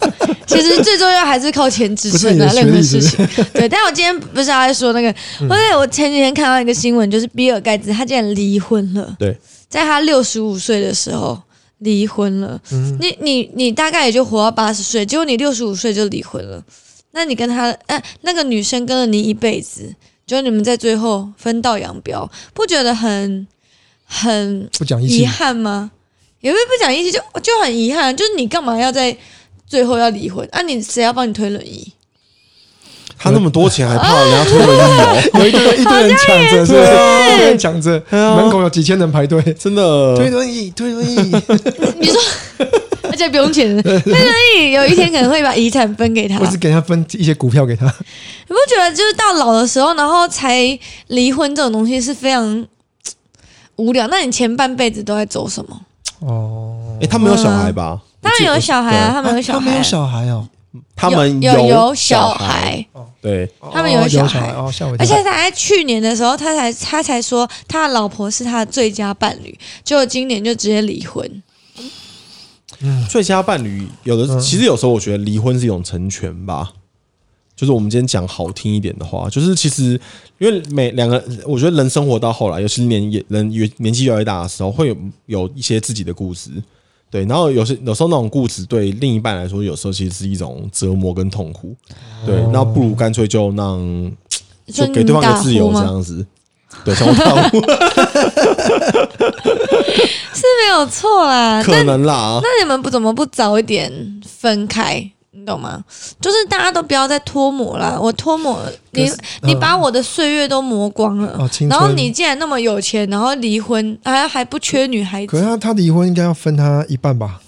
其实最重要还是靠钱支
不是
撑
你的
啊，
学
任何
历
事
是嗯
情。对，但我今天不是要在说那个，因为我前几天看到一个新闻，就是比尔盖茨他竟然离婚了，
对，
在他六十五岁的时候离婚了。
嗯
你你你大概也就活到八十岁，结果你六十五岁就离婚了，那你跟他，哎、那个女生跟了你一辈子，就你们在最后分道扬镳，不觉得很很
不讲义
遗
气。
憾吗？也不是不讲义气，就就很遗憾，就是你干嘛要在最后要离婚？啊，你谁要帮你推轮椅？
他那么多钱还怕
啊
人家推 轮椅哦？
有一堆 人一堆人
哎
抢着，是不是？一堆人抢着，
啊
门口有几千人排 队，推
真的，
轮椅，推轮 椅。
你说，而且不用钱，推轮椅有一天可能会把遗产分给他。
或是给他分一些股票给他，
你不觉得就是到老的时候，然后才离婚这种东西是非常嘖无聊？那你前半辈子都在走什么？
哦
哎，，他没有小孩吧？
当然有小孩啊，他
他
们有小
他没
孩
有
啊，
小孩哦，
他们
有
有
小
孩，
孩，
对，
他们
哦
有
有
小
小
孩
哦，吓我一
而且
跳。
他在去年的时候，他才他才说他的老婆是他的最佳伴侣，结果今年就直接离婚。
最佳伴侣有的，其实有时候我觉得离婚是一种成全吧。就是我们今天讲好听一点的话，就是其实因为每两个，我觉得人生活到后来，尤其是年也人越年纪越来越大的时候，会有有一些自己的故事。对，然后有些有时候那种故事对另一半来说，有时候其实是一种折磨跟痛苦。对，那不如干脆就让就
你
给对方一
大
个自由
呼
这
吗？
样子。对，从大呼
是没有错啦。
可
那
能啦，
那你们不怎么不早一点分开？你懂吗？就是大家都不要再脱模啦，我脱模，
可
你
是
你
呃
把我的岁月都磨光了，
哦青春
然后你竟然那么有钱，然后离婚，还还不缺女孩
可是
子，
他他离婚应该要分他一半吧？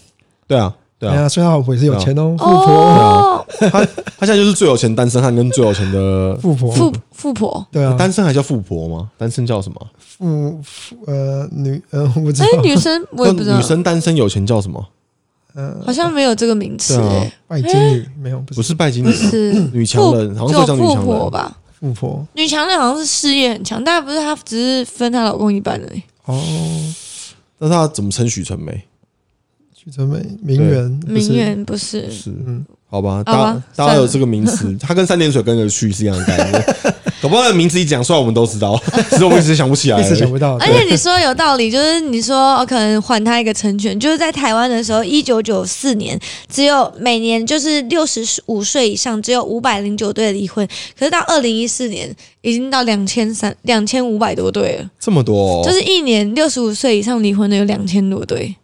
对啊，对
对
啊，
啊，所以他老婆也是有钱哦，富婆，
哦，
他现在就是最有钱单身汉跟最有钱的
富婆，
富富 婆，
对啊，
单身还叫富婆吗？单身叫什么？
富富呃女呃，我不知
哎、
道，
女生我也不知
那
道
女，生单身有钱叫什么？
呃，
好像没有这个名词、
对啊
哎
拜金女没有，不
不
是
是拜金
不是
女强
富
人，好
只
像
有
就叫女
富
强
婆
人。
吧？
富婆
女强人好像是事业很强，但不是她只是分她老公一半而已。
哦，
那她怎么称许成美？
许成美名媛，不是
名，媛不是，
是
嗯，
好吧，
好
大
吧
家大家
算
有
了
这个名 词，它跟三点水跟个去是一样的概念。 搞不好那个名字一讲出来，我们都知道， 只是我们一直想不起来而
一
已。
时想不到，
而
对
且你说有道理，就是你说哦可能还她一个成全，就是在台湾的时候，一九九四年只有每年就是六十五岁以上只有五百零九对离婚，可是到二零一四年已经到两千三两千五百多对了。
这么多哦，
就是一年六十五岁以上离婚的有两千多对，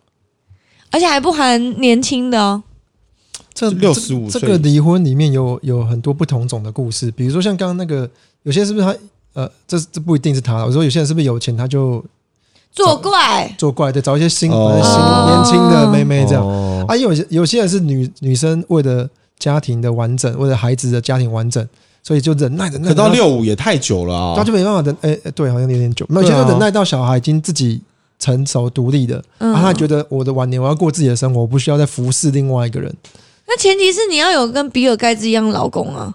而且还不含年轻的哦。
这
这65
这这
岁
个离婚里面有有很多不同种的故事，比如说像刚刚那个，有些是不是他呃，这这不一定是他，我说有些人是不是有钱他就
作怪，
作怪，对，找一些新、
哦
反正新年轻的妹妹这样。
样。
啊，有些有些人是女女生为了家庭的完整，为了孩子的家庭完整，所以就忍耐忍耐，
可到
忍耐，
六五也太久了啊
哦
他！就没办法忍。哎、哎对，好像有点久。那有些
对啊
人忍耐到小孩已经自己成熟独立的，
嗯
啊，他觉得我的晚年我要过自己的生活，我不需要再服侍另外一个人。
那前提是你要有跟比尔盖茨一样老公啊，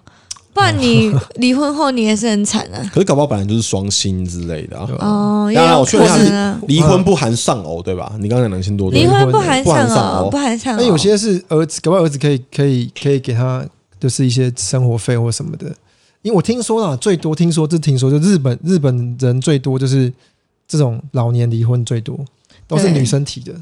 不然 你离婚后你也是很惨啊。
可是搞不好本来就是双薪之类的啊。
哦，也
当然
有
我确认
可
他
能啊
是。离婚不含丧偶，对吧？你刚才两千多对
离
不对，
婚不含
不含
上
丧
哦
偶，
不含上
那
哦。
有些是儿子，搞不好儿子可以可以可以给他就是一些生活费或什么的。因为我听说啦，最多听说这听说就日本日本人最多就是这种老年离婚最多，都是
对
女生提的，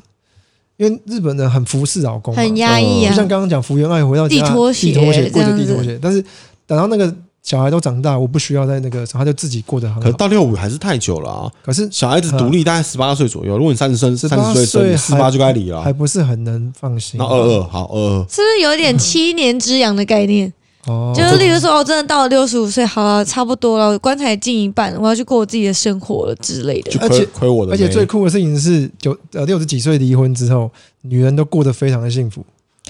因为日本人很服侍老公嘛，
很压抑
就
啊
嗯像。刚刚讲福原爱回到家
地拖鞋
地拖鞋过着地
这
拖
样
鞋，但是等到那个小孩都长大，我不需要在那个，他就自己过得很
可是
好。
到六五还是太久了啊！
可是
小孩子独立大概十八岁左
嗯
右，如果你三十生三十岁生，十八
还
就该离了
还。不是很能放心。
啊那二二好二二，
是不是有点七年之痒的概念？
哦，
就是例如说，哦，真的到了六十五岁，好了，差不多了，棺材进一半，我要去过我自己的生活了之类的
就。
而
亏
且
亏我的妹。
而且最酷的事情是，九呃六十几岁离婚之后，女人都过得非常的幸福，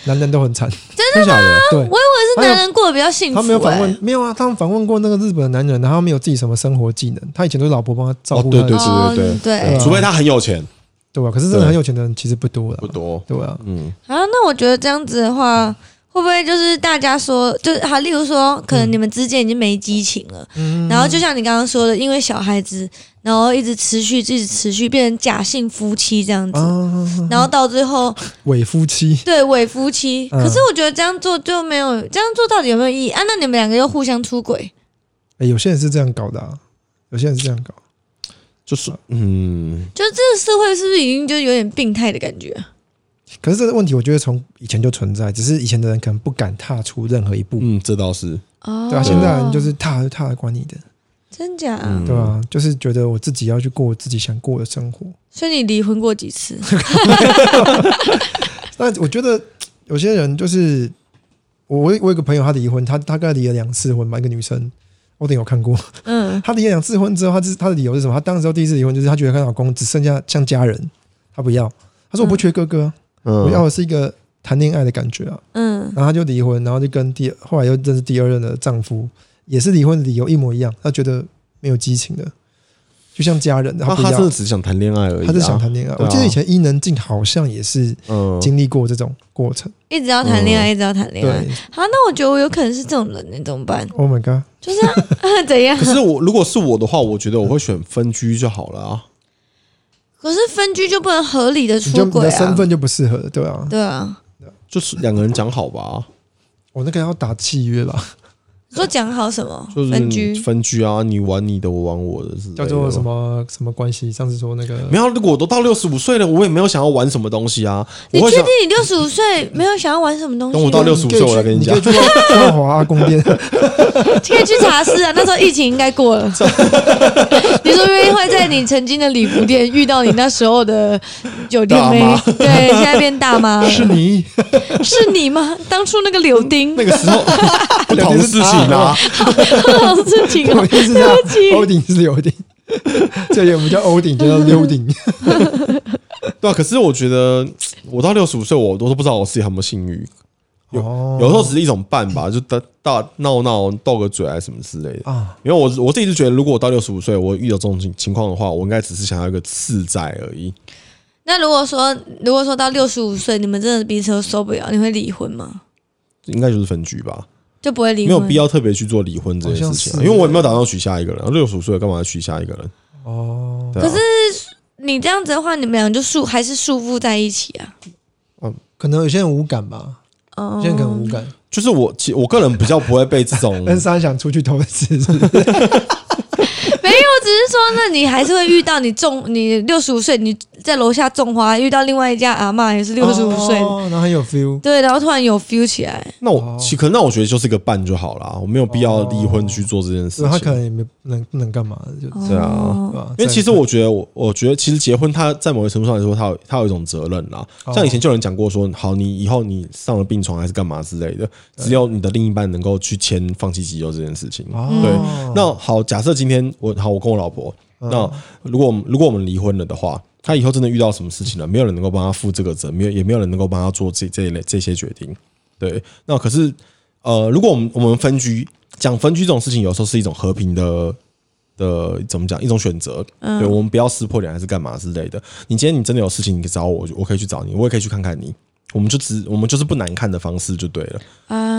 男人都很惨，
真的吗？
对。
我以为是男人过得比较幸福、欸，
他没有访问，没有啊，他们访问过那个日本男人，然后他没有自己什么生活技能，他以前都是老婆帮他照
哦，
顾他，
对对对对
哦
对啊
嗯啊
对
除非他很有钱，
对吧？可是真的很有钱的人其实不多了，
不多。
对啊，
嗯，
啊，那我觉得这样子的话，会不会就是大家说，就是好，例如说，可能你们之间已经没激情了，
嗯
然后就像你刚刚说的，因为小孩子，然后一直持续，一直持续变成假性夫妻这样子，
啊，
然后到最后
伪夫妻，
对伪夫妻。
嗯
可是我觉得这样做就没有，这样做到底有没有意义啊？那你们两个又互相出轨，
哎，有些人是这样搞的，啊，有些人是这样搞，
就是嗯，
就是这个社会是不是已经就有点病态的感觉？
啊可是这个问题我觉得从以前就存在，只是以前的人可能不敢踏出任何一步，
嗯，这倒是，
哦，
对啊，现在人就是踏就踏了，管你的，
真假、
嗯
对吧？就是觉得我自己要去过我自己想过的生活，
所以你离婚过 几次？
那我觉得有些人就是我我我有个朋友，他离婚，他他大概离了两次婚吧，一个女生，我等有看过。
嗯，
他离了两次婚之后，他是他的理由是什么？他当时候第一次离婚就是他觉得跟老公只剩下像家人，他不要。他说我不缺哥哥啊，
嗯
我要的是一个谈恋爱的感觉啊。
嗯，
然后他就离婚，然后就跟第后来又认识第二任的丈夫，也是离婚的理由一模一样，他觉得没有激情了，就像家人，
啊
他
不
他
要
真的，只想谈恋爱而已啊，
他是想谈恋爱。
对啊
我记得以前伊能静好像也是
嗯，
经历过这种过程。
一直要谈恋爱，一直要谈恋爱
嗯对。
好，那我觉得我有可能是这种人，你怎么 办？
，Oh my god，
就是啊怎样
可？是我如果是我的话，我觉得我会选分居就好了啊。
可是分居就不能合理的
你就
出
你
轨
的身
啊？
份就不适合了，对啊。
对啊，
就是两个人讲好吧，
我那个要打契约吧，
你说讲好什么
就是
分居？
分居啊，你玩你的，我玩我的之类的，
叫做什么什么关系？上次说那个
没有，如果我都到六十五岁了，我也没有想要玩什么东西啊。
你
我会
确
想
定你六十五岁没有想要玩什么东西
等
吗？
我到65岁我来跟你
你
讲
可以去万华阿公店，
可以去茶室啊，那时候疫情应该 过了。你说不定会在你曾经的礼服店遇到你那时候的酒店妹
大妈，
对，现在变大妈 了，
是 你
是你吗？当初那个柳丁，
那个时候 不同事情 啊，
好事情哦
我，一定是
对不起
他，欧顶是刘顶，这里我们叫欧 顶，就叫溜顶。
对啊。可是我觉得我到六十五岁，我都不知道我自己有没有性欲，有
哦
有时候只是一种伴吧，就大大闹闹斗个嘴啊什么之类的。
啊，
因为我我自己是觉得，如果我到六十五岁，我遇到这种情情况的话，我应该只是想要一个自在而已。
那如果说，如果说到六十五岁，你们真的彼此都受不了，你会离婚吗？
应该就是分居吧，
就不会离
没
婚？
有必要特别去做离婚这件事情啊、
好像是
因为我也没有打算娶下一个人，六十五岁了干嘛要娶下一个人？
哦，
对啊、
可是你这样子的话，你们俩就束还是束缚在一起啊？
可能有些人无感吧，
哦
有些人可能无感。
就是我其我个人比较不会被这 种
N 三想出去偷吃，是不是
没有，我只是说，那你还是会遇到你种，你六十五岁，你在楼下种花，遇到另外一家阿嬷也是 六十五岁，
哦然后很有 feel。
对，然后突然有 feel 起来，
那我
哦
其可能那我觉得就是个伴就好啦，我没有必要离婚去做这件事
所
情。
哦以他可能也没不能不能干嘛，就
哦
对啊，
对吧
因为其实我觉得我我觉得其实结婚，它在某些程度上来说，它有它有一种责任啦。
哦
像以前就有人讲过说，好，你以后你上了病床还是干嘛之类的，只有你的另一半能够去签放弃急救这件事情。
嗯
对
哦，
那好，假设今天我好，我跟我老婆，那如果我们如果我们离婚了的话，她以后真的遇到什么事情了，没有人能够帮她负这个责，没有也没有人能够帮她做这这一类这些决定。对，那可是呃，如果我们我们分居，讲分居这种事情，有时候是一种和平的的怎么讲，一种选择。对，我们不要撕破脸还是干嘛之类的。你今天你真的有事情，你找我，我可以去找你，我也可以去看看你。我们就只我们就是不难看的方式就对了。
啊，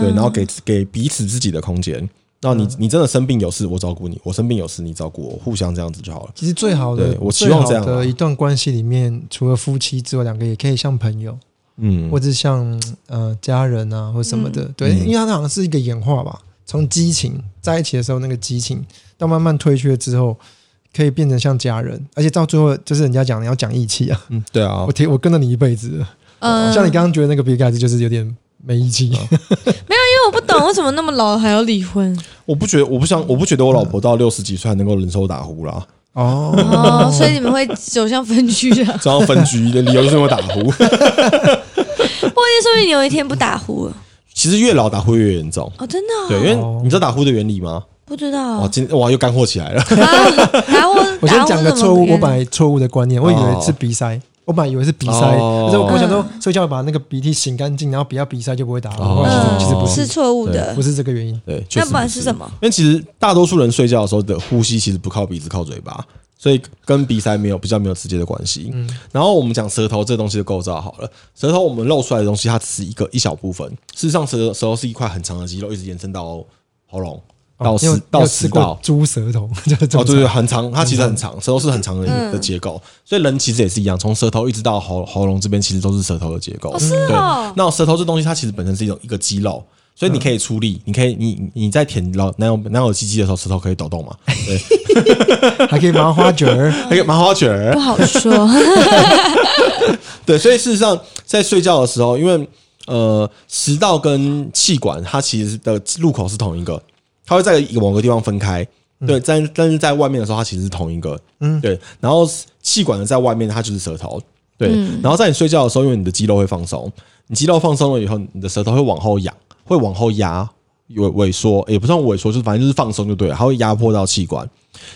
嗯
对，然后给给彼此自己的空间。那你你真的生病有事，我照顾你；我生病有事，你照顾我，互相这样子就好了。
其实最好的
对，我希望这样啊
最好的一段关系里面，除了夫妻之外，两个也可以像朋友，
嗯，
或者像呃家人啊，或什么的。对，
嗯
因为它好像是一个演化吧，从激情在一起的时候那个激情，到慢慢退却之后，可以变成像家人，而且到最后就是人家讲你要讲义气啊，
嗯，对啊
我，听我跟了你一辈子了，
嗯，
像你刚刚觉得那个比尔盖茨就是有点没义气，
因为我不懂为什么那么老还要离婚
我不觉得，我不想，我不觉得我
嗯
老婆到六十几岁还能够忍受打呼啦，
哦，
哦，所以你们会走向分居的。
啊
这样分居的理由就是因为打呼。
或者说明你有一天不打呼
啊
了
其实越老打呼越严重，
哦，真的、哦、
对，因为你知道打呼的原理吗？
不知道
哦
哇，
啊，
今哇又干货起来了。
打呼，
啊
我先讲个错误，我本
把
来错误的观念，我以为是鼻塞，我本来以为是鼻塞，
哦
可是我国小都睡觉把那个鼻涕擤干净，然后不要鼻塞就不会打呼。
哦
后来其实其实不
是
是，
嗯错误的
不。是这个原因。
对，确
那
实
不然是什么？
因为其实大多数人睡觉的时候的呼吸其实不靠鼻子，靠嘴巴，所以跟鼻塞没有比较没有直接的关系。
嗯
然后我们讲舌头这东西的构造好了，舌头我们露出来的东西，它只是一个一小部分。事实上，舌舌头是一块很长的肌肉，一直延伸到喉咙、到
哦你有
食、
你
到
有
食
吃
道
过。猪舌头，就是这
哦，
么
对对，
长
很长，它其实很长，舌头是很长的一个结构，所以人其实也是一样，从舌头一直到喉喉咙这边，其实都是舌头的结构。是
哦
对，那舌头这东西它其实本身是一种一个肌肉。所以你可以出力，你可以你你在舔老男友男友鸡鸡的时候，舌头可以抖动嘛？对，
还可以麻花卷儿。
那个麻花卷儿
不，好 说，
对，所以事实上在睡觉的时候，因为呃食道跟气管它其实的入口是同一个，它会在某个地方分开。对，但但是在外面的时候，它其实是同一个，嗯，对。然后气管的在外面，它就是舌头，对。然后在你睡觉的时候，因为你的肌肉会放松，你肌肉放松了以后，你的舌头会往后仰，会往后压，萎萎缩，也不算萎缩，就是反正就是放松就对了，它会压迫到气管，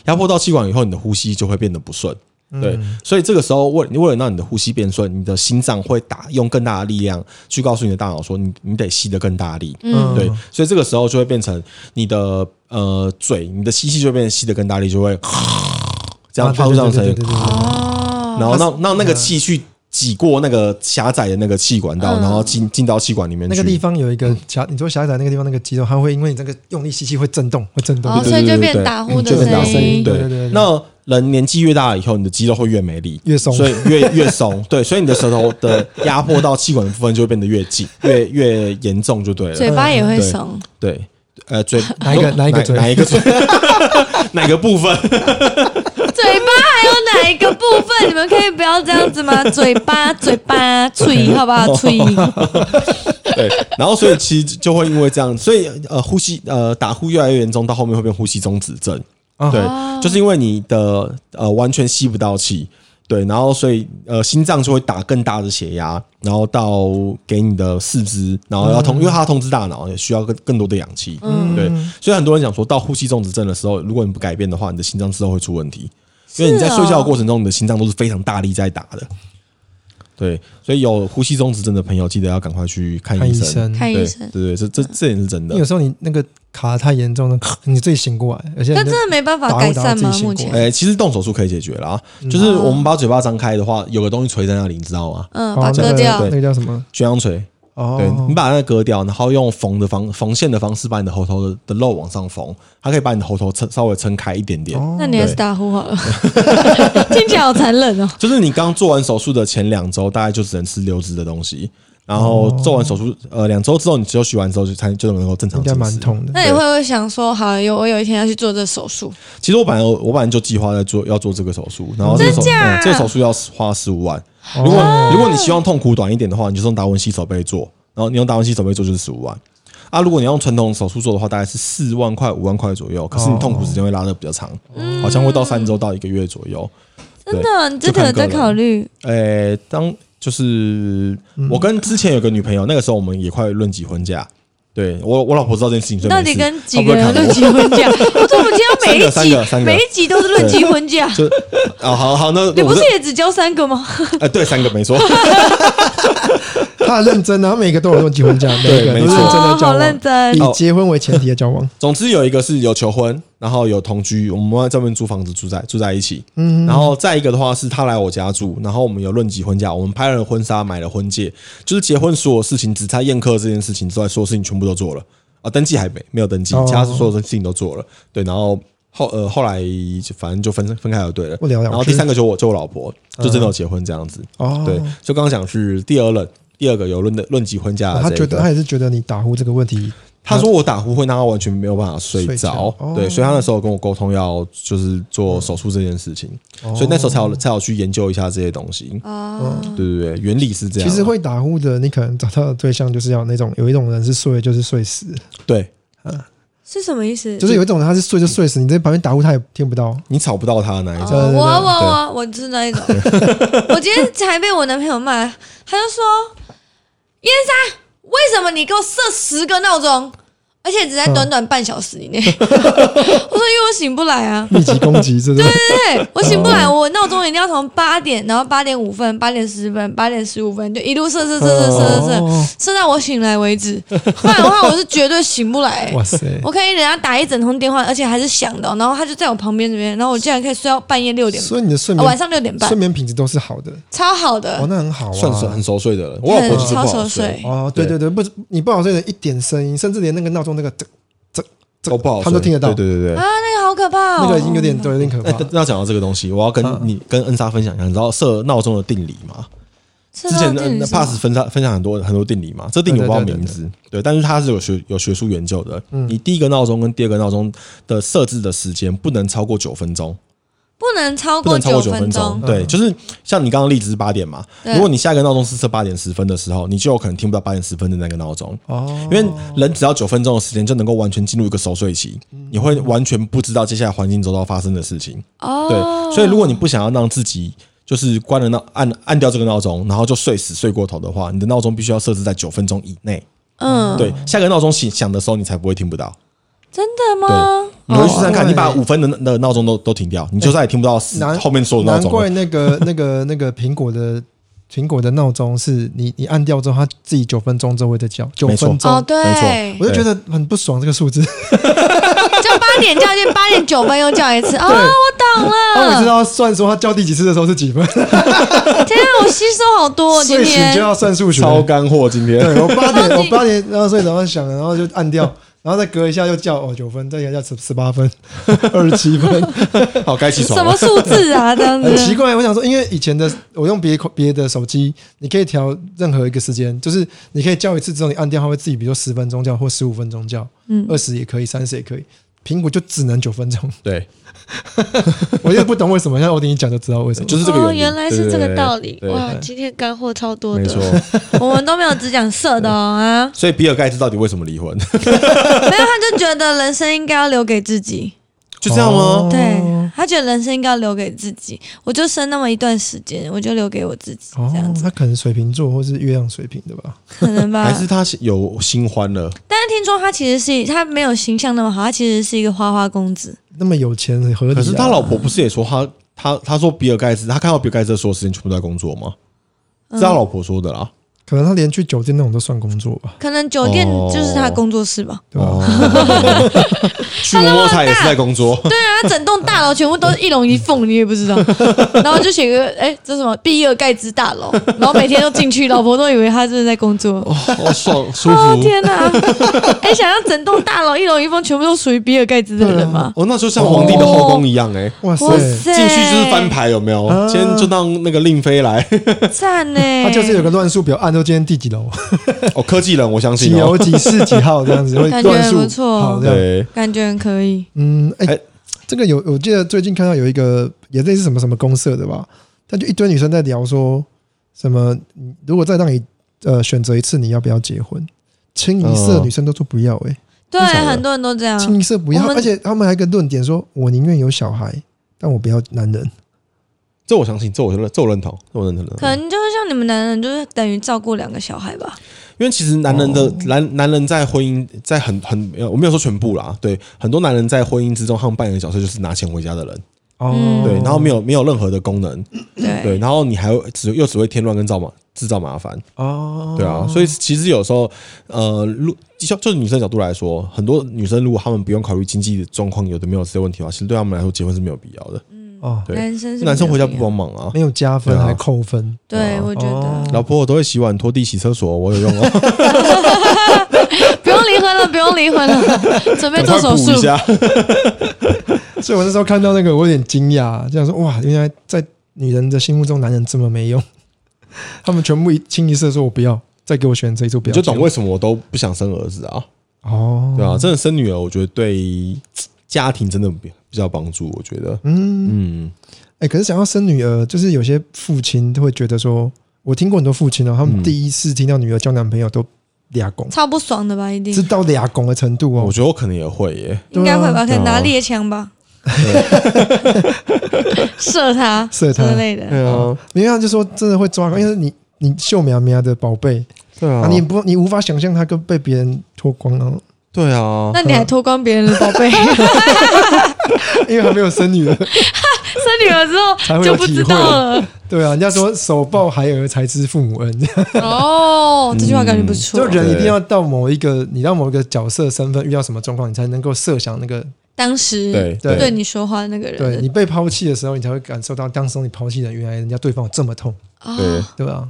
压迫到气管以后，你的呼吸就会变得不顺。
嗯
对，所以这个时候为为了让你的呼吸变顺，你的心脏会打用更大的力量去告诉你的大脑说你你得吸得更大力，
嗯，
对，所以这个时候就会变成你的呃嘴，你的吸气就会变成吸得更大力，就会这样
啊
发出这样的声音
对对，啊嗯对对对对
哦，
然后让让那个气去挤过那个狭窄的那个气管道，然后进进到气管里面
嗯那
去。
个地方有一个狭，你说狭窄那个地方那个肌肉，它会因为你这个用力吸气会震动，会震动
哦。
对
所以就
对对
变
对
打呼
嗯
的
就变打
声音
对
对对对对
那人年纪越大了以后，你的肌肉会越没力，
越松
所以越越松。对，所以你的舌头的压迫到气管的部分就会变得越紧，越越严重就对了。
嘴巴也会
对
松。
对，呃，嘴
哪一个哪一个嘴
哪一个 嘴？哪个部分？
嘴巴还有哪一个部分？你们可以不要这样子 吗？嘴巴、嘴巴、嘴，好不好？嘴，
对，然后所以其实就会因为这样，所以呃，呼吸呃打呼越来越严重，到后面会变呼吸中止症。
啊
对，就是因为你的呃完全吸不到气，对，然后所以呃心脏就会打更大的血压，然后到给你的四肢，然后要通，因为它要通知大脑，也需要更更多的氧气，对，所以很多人讲说到呼吸中止症的时候，如果你不改变的话，你的心脏之后会出问题，因为你在睡觉的过程中，你的心脏都是非常大力在打的。对，所以有呼吸中止症的朋友，记得要赶快去看
看
医
医
生。
生，
看
对
医
对
生。
对，这这这也是真
因
的
为有。时候你那个卡得太严重了，你自己醒过来，而且你
那
的
真的没办法改善吗？目前，
哎
诶、其实动手术可以解决啦，
嗯
就是
啊
我们把嘴巴张开的话，有个东西垂在那里，你知道吗？
嗯，
哦
把
那
割
个
掉
那。个叫什么？
悬羊垂，
哦，
对你把那个割掉，然后用缝的方缝线的方式把你的喉头的的肉往上缝，它可以把你的喉头撑稍微撑开一点点。
哦
那你还是打呼好了， 听起来好残忍 哦。
就是你刚做完手术的前两周，大概就只能吃流质的东西，然后
哦
做完手术呃两周之后，你只有洗完之后就才就能够正常
应
进
该
食。
蛮痛的。
那你会不会想说，好，有我有一天要去做这手术？
其实我本来我本来就计划在做要做这个手术，然后这个手、嗯、这个手术要花十五万。如果、
哦
如果你希望痛苦短一点的话，你就用达文西手背做，然后你用达文西手背做就是十五万。啊，如果你要用传统手术做的话，大概是四万块、五万块左右，可是你痛苦时间会拉的比较长，
嗯
好像会到三周到一个月左右。
真的，你真的有在考虑？
诶、当就是我跟之前有个女朋友，那个时候我们也快论及婚嫁，对我我老婆知道这件事情，所以
到
没
底
事
跟几
她不
个
会
人
看
论
我
及婚嫁？我怎么今天每一
三个三
集
个
每一集都是论及婚 嫁？
就啊，好好，那
你
那
不
我
是
这
也只教三个吗？
呃，对，三个没错。
他很认真啊，他每个都有用结婚假，每
对
个都
没
认
错
真的
哦，
交
好
往，
认真。
以结婚为前提的交往。
总之有一个是有求婚，然后有同居，我们在外面租房子住在住在一起。
嗯
然后再一个的话是他来我家住，然后我们有论及婚嫁，我们拍了婚纱，买了婚戒，就是结婚所有事情，只差宴客这件事情之外，所有事情全部都做了啊，登记还没没有登记，
哦
其他所有的事情都做了。对，然后后呃后来就反正就分分开就对了
不。聊聊
然后第三个就我就我老婆，就真的有结婚这样子。
哦，
对，就刚刚讲是第二任，第二个有论的论及婚嫁的
哦
这
他
一个、
觉得他也是觉得你打呼这个问题，
他说我打呼会让他完全没有办法睡
睡
着
着，哦嗯
对，所以他那时候跟我沟通要就是做手术这件事情，
哦
所以那时候才有才有去研究一下这些东西，
哦，
对对对，原理是这
嗯
样
其
啊，
实会打呼的，你可能找到的对象就是要那种有一种人是睡就是睡死，
对
是什么意思？
就是有一种人他是睡就睡死，你在旁边打呼他也听不到。
你吵不到他的那一
哦
种，
对
我
对
我我我是那一种，我今天才被我男朋友骂，他就说：“燕莎，为什么你给我设十个闹钟？
而且只在
嗯
短短半小时以 内。我说，因为我醒不来啊。
密集攻击，是不是？
对，我醒不来，我闹钟一定要从八点，然后八点五分、八点十分、八点十五分，就一路设设设设设设设，
哦
设到我醒来为止。不然的话，我是绝对醒不来、
哇塞！
我可以给人家打一整通电话，而且还是响的哦，然后他就在我旁边这边，然后我竟然可以睡到半夜六点，
所以你的睡
呃
哦
晚
眠
上六点半
睡，眠品质都是好的，
超好的
哦，。那很好啊，
算是很熟睡的了。我老婆就是不
超
好
熟睡
哦，对对对，不，你不好睡的一点声音，甚至连那个闹钟那个这这这
都不好睡，
他都听得到，
对对对对
啊，。那个好可怕哦！
那个已经有点都有点可
哎
怕
啊
了。
那讲到这个东西，我要跟
嗯
你跟恩莎分享一下，你知道设闹钟的定理吗？
之
之前那 pass 分享分享很多很多定理嘛，这定理我不知道
对对对嗯
名字，对，但是它是有学有学术研究的。你第一个闹钟跟第二个闹钟的设置的时间不能超过九分钟，
不能超
不
过
能超过
九
九分
分
钟
钟。。
对，
嗯
就是像你刚刚例子是八点嘛，
对
如果你下一个闹钟是设八点十分的时候，你就有可能听不到八点十分的那个闹钟。
哦
因，为人只要九分钟的时间就能够完全进入一个熟睡期，
哦
你会完全不知道接下来环境周遭发生的事情。
哦，
对，所以如果你不想要让自己就是关了闹按按掉这个闹钟，然后就睡死睡过头的话，你的闹钟必须要设置在九分钟以内。
嗯，
对，下个闹钟响响的时候，你才不会听不到。
真的吗？
你回去试试看，
对
你把五分的那的闹钟都都停掉，你就再也听不到死
难
后面所有闹
难
钟
怪
了。
那 个那个那个苹果的苹果的闹钟是你你按掉之后，它自己九分钟之后会再叫，九
没错
分
哦，
钟，
对，嗯
没
我就觉得很不爽这个数字。
叫八点叫一遍，八点九分又叫一次。哦，我懂
那 我知
了。
道算说它叫第几次的时候是几分，
天啊，我吸收好多哦今
睡醒就
天。
要算数学。
超干货，今天
对我八点，我八点然后睡着然后想，然后就按掉，然后再隔一下又叫哦九分，再一下叫十十八分， 二十七分，
好该起床
什
了
么。数字啊？这样子
很奇怪。我想说，因为以前的我用别别的手机，你可以调任何一个时间，就是你可以叫一次之后你按掉，它会自己，比如说十分钟叫或十五分钟叫，嗯，二十也可以，三十也可以。苹果就只能九分钟，
对，
我也不懂为什么。像我听你讲就知道为什么。
就是这个
哦，原
原理
来是这个道理。
对对对
哇，今天干货超多
对
的，
没错。。
我们都没有只讲色的哦啊
所以比尔盖茨到底为什么离婚？
没有，他就觉得人生应该要留给自己。
就这样
哦
吗？
对他觉得人生应该要留给自己，我就生那么一段时间，我就留给我自己
哦
这样，子，
他可能水瓶座或是月亮水瓶的吧？
可能吧
还。是他有新欢了？
但是听说他其实是他没有形象那么好，他其实是一个花花公子。
那么有钱很合理、啊。
可是他老婆不是也说他他他说比尔盖茨，他看到比尔盖茨的所有时间全部都在工作吗？
嗯
是他老婆说的啦。
可能他连去酒店那种都算工作吧？
可能酒店
哦
就是他工作室吧？
啊
对吧？
哦，去摸摸他也是在工作，
对啊，他整栋大楼全部都是一龙一凤，你也不知 道。然后就写个哎、这什么比尔盖茨大楼，然后每天都进去，老婆都以为他真的在工作。
好爽舒
哦
服。
天哪、 哎、想要整栋大楼一楼一凤全部都属于比尔盖茨的人吗？
哦，那就像皇帝的后宫一样哎、
哇塞！
哇塞，
进去就是翻，牌，有没有？
啊
今天就让那个令妃来
赞欸呢、
他就是有个乱数表，按照今天第几楼、
哦，科技人我相
几
信哦
楼。几室几号这样子，会
感觉
乱数
不错
好这样。
对，
感觉很可以。
嗯，哎、
哎
这个有，我记得最近看到有一个也类似什么什么公社的吧，他就一堆女生在聊说什么，如果再让你呃选择一次，你要不要结婚？清一色
嗯
女生都说不要、欸，
对，
真的假的
很多人都这样
哎，。清一色不要，
啊我们
而且他们还有一个论点说，我宁愿有小孩，但我不要男人。
这我相信，这我认，这我认同，这我认同。
可能就是像你们男人，就是等于照顾两个小孩吧。
因为其实男人的男男人在婚姻在很很呃我没有说全部啦，对，很多男人在婚姻之中，他们扮演的角色就是拿钱回家的人，
哦
嗯
对，然后没有没有任何的功能，嗯对，
对，
然后你还会只又只会添乱跟造麻制造麻烦，
哦，
对啊，所以其实有时候，呃，如就就是女生角度来说，很多女生如果她们不用考虑经济的状况，有的没有这些问题的话，其实对她们来说结婚是没有必要的。
哦，
对
男生是
男生回家不
帮。
帮忙啊，
没有加分
对啊
还扣分，
对，我觉
哦
得
老婆我都会洗碗、拖地、洗厕所，我有用哦，
不用离婚了，不用离婚 了，准备做手术
赶快补一。下。
所以我那时候看到那个，我有点惊讶，这样说哇，原来在女人的心目中，男人这么没用， 他们全部一清一色说我不要，再给我选这一组不
你
要，
就 懂为什么我都不想生儿子啊，
哦，
对啊，真的生女儿，我觉得对家庭真的比比较帮助，我觉得，嗯嗯，
哎、可是想要生女儿，就是有些父亲都会觉得说，我听过很多父亲哦，他们
嗯
第一次听到女儿交男朋友都俩拱，
超不爽的吧？一定
直到俩拱的程度
我
哦，
觉得我可能也会耶，
应该会吧？可
对啊
能拿猎枪吧， 射他
射他
之类的。
对啊，
因为他就说真的会抓狂，因为你啊你秀苗苗的宝贝
对哦
啊，你不你无法想象他跟被别人脱光啊，
对啊，
那你还偷光别人的宝贝，生
因为还没有生女儿。
女儿之
才
后
会
就
有
不
体会
知道了。
对啊，人家说手抱孩儿才知父母恩，
哦，这句话感觉不错
嗯就。人一定要到某一个，你到某一个角色身份遇到什么状况，你才能够设想那个。
当时
对
对
对你说话的那个人
对
的
你被抛弃的时候，你才会感受到当时你抛弃的人，原来人家对方有这么痛，
对，
对
嗯
吧？
啊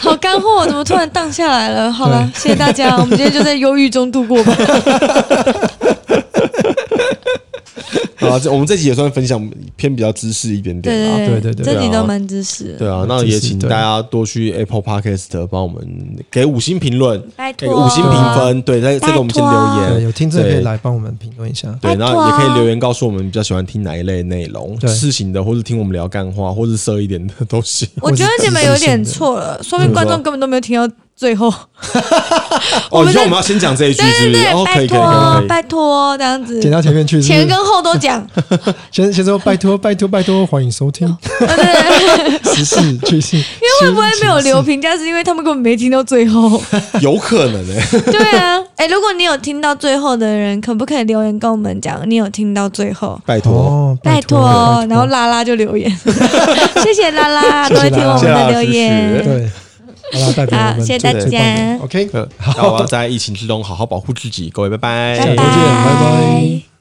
好干货，怎么突然荡下来了？好了，谢谢大家，我们今天就在忧郁中度过吧。
好 啊，这我们这集也算分享偏比较知识一点点啦。
对
对对对
这
对
集
啊
都蛮知识的。
对啊，那
知识
也请
对
大家多去 Apple Podcast 帮我们给五星评论，
拜
给
托，
个五星评分。对，在这个我们先留
对，
言。
有听众可以
对
来帮我们评论一下。
对，
拜托
那也可以留言告诉我们你比较喜欢听哪一类内容，
对
事情的，或是听我们聊干话，或是色一点的都 行。
我觉得你们有点错了，说明观众根本都没有听到最后。
哦，
们在
你说我们要先讲这一句，
对对
是不是？
对，
哦，可
拜
以可以
托
可以可以。
拜托，这样子
剪到前面去是不
前
是，
跟后都 讲。
先先说拜托拜托拜托，欢迎收听
对对哦 对，
时事趣事。因为
会不会没有留评价，是因为他们根本没听到最 后？
有可能欸诶、
对啊，哎，如果你有听到最后的人，可不可以留言跟我们讲你有听到最后？
拜托，
哦，
拜
托
托，，然后拉拉就留 言，谢谢拉拉，
谢
都
谢
会听我
拉拉
们的留
谢谢
言。
对，好了，代表我
好，
们
谢谢
最
大
最棒的
家，
呃
OK，
那我要在疫情之中好好保护自己，各位，拜拜
下
拜
周见拜拜
拜。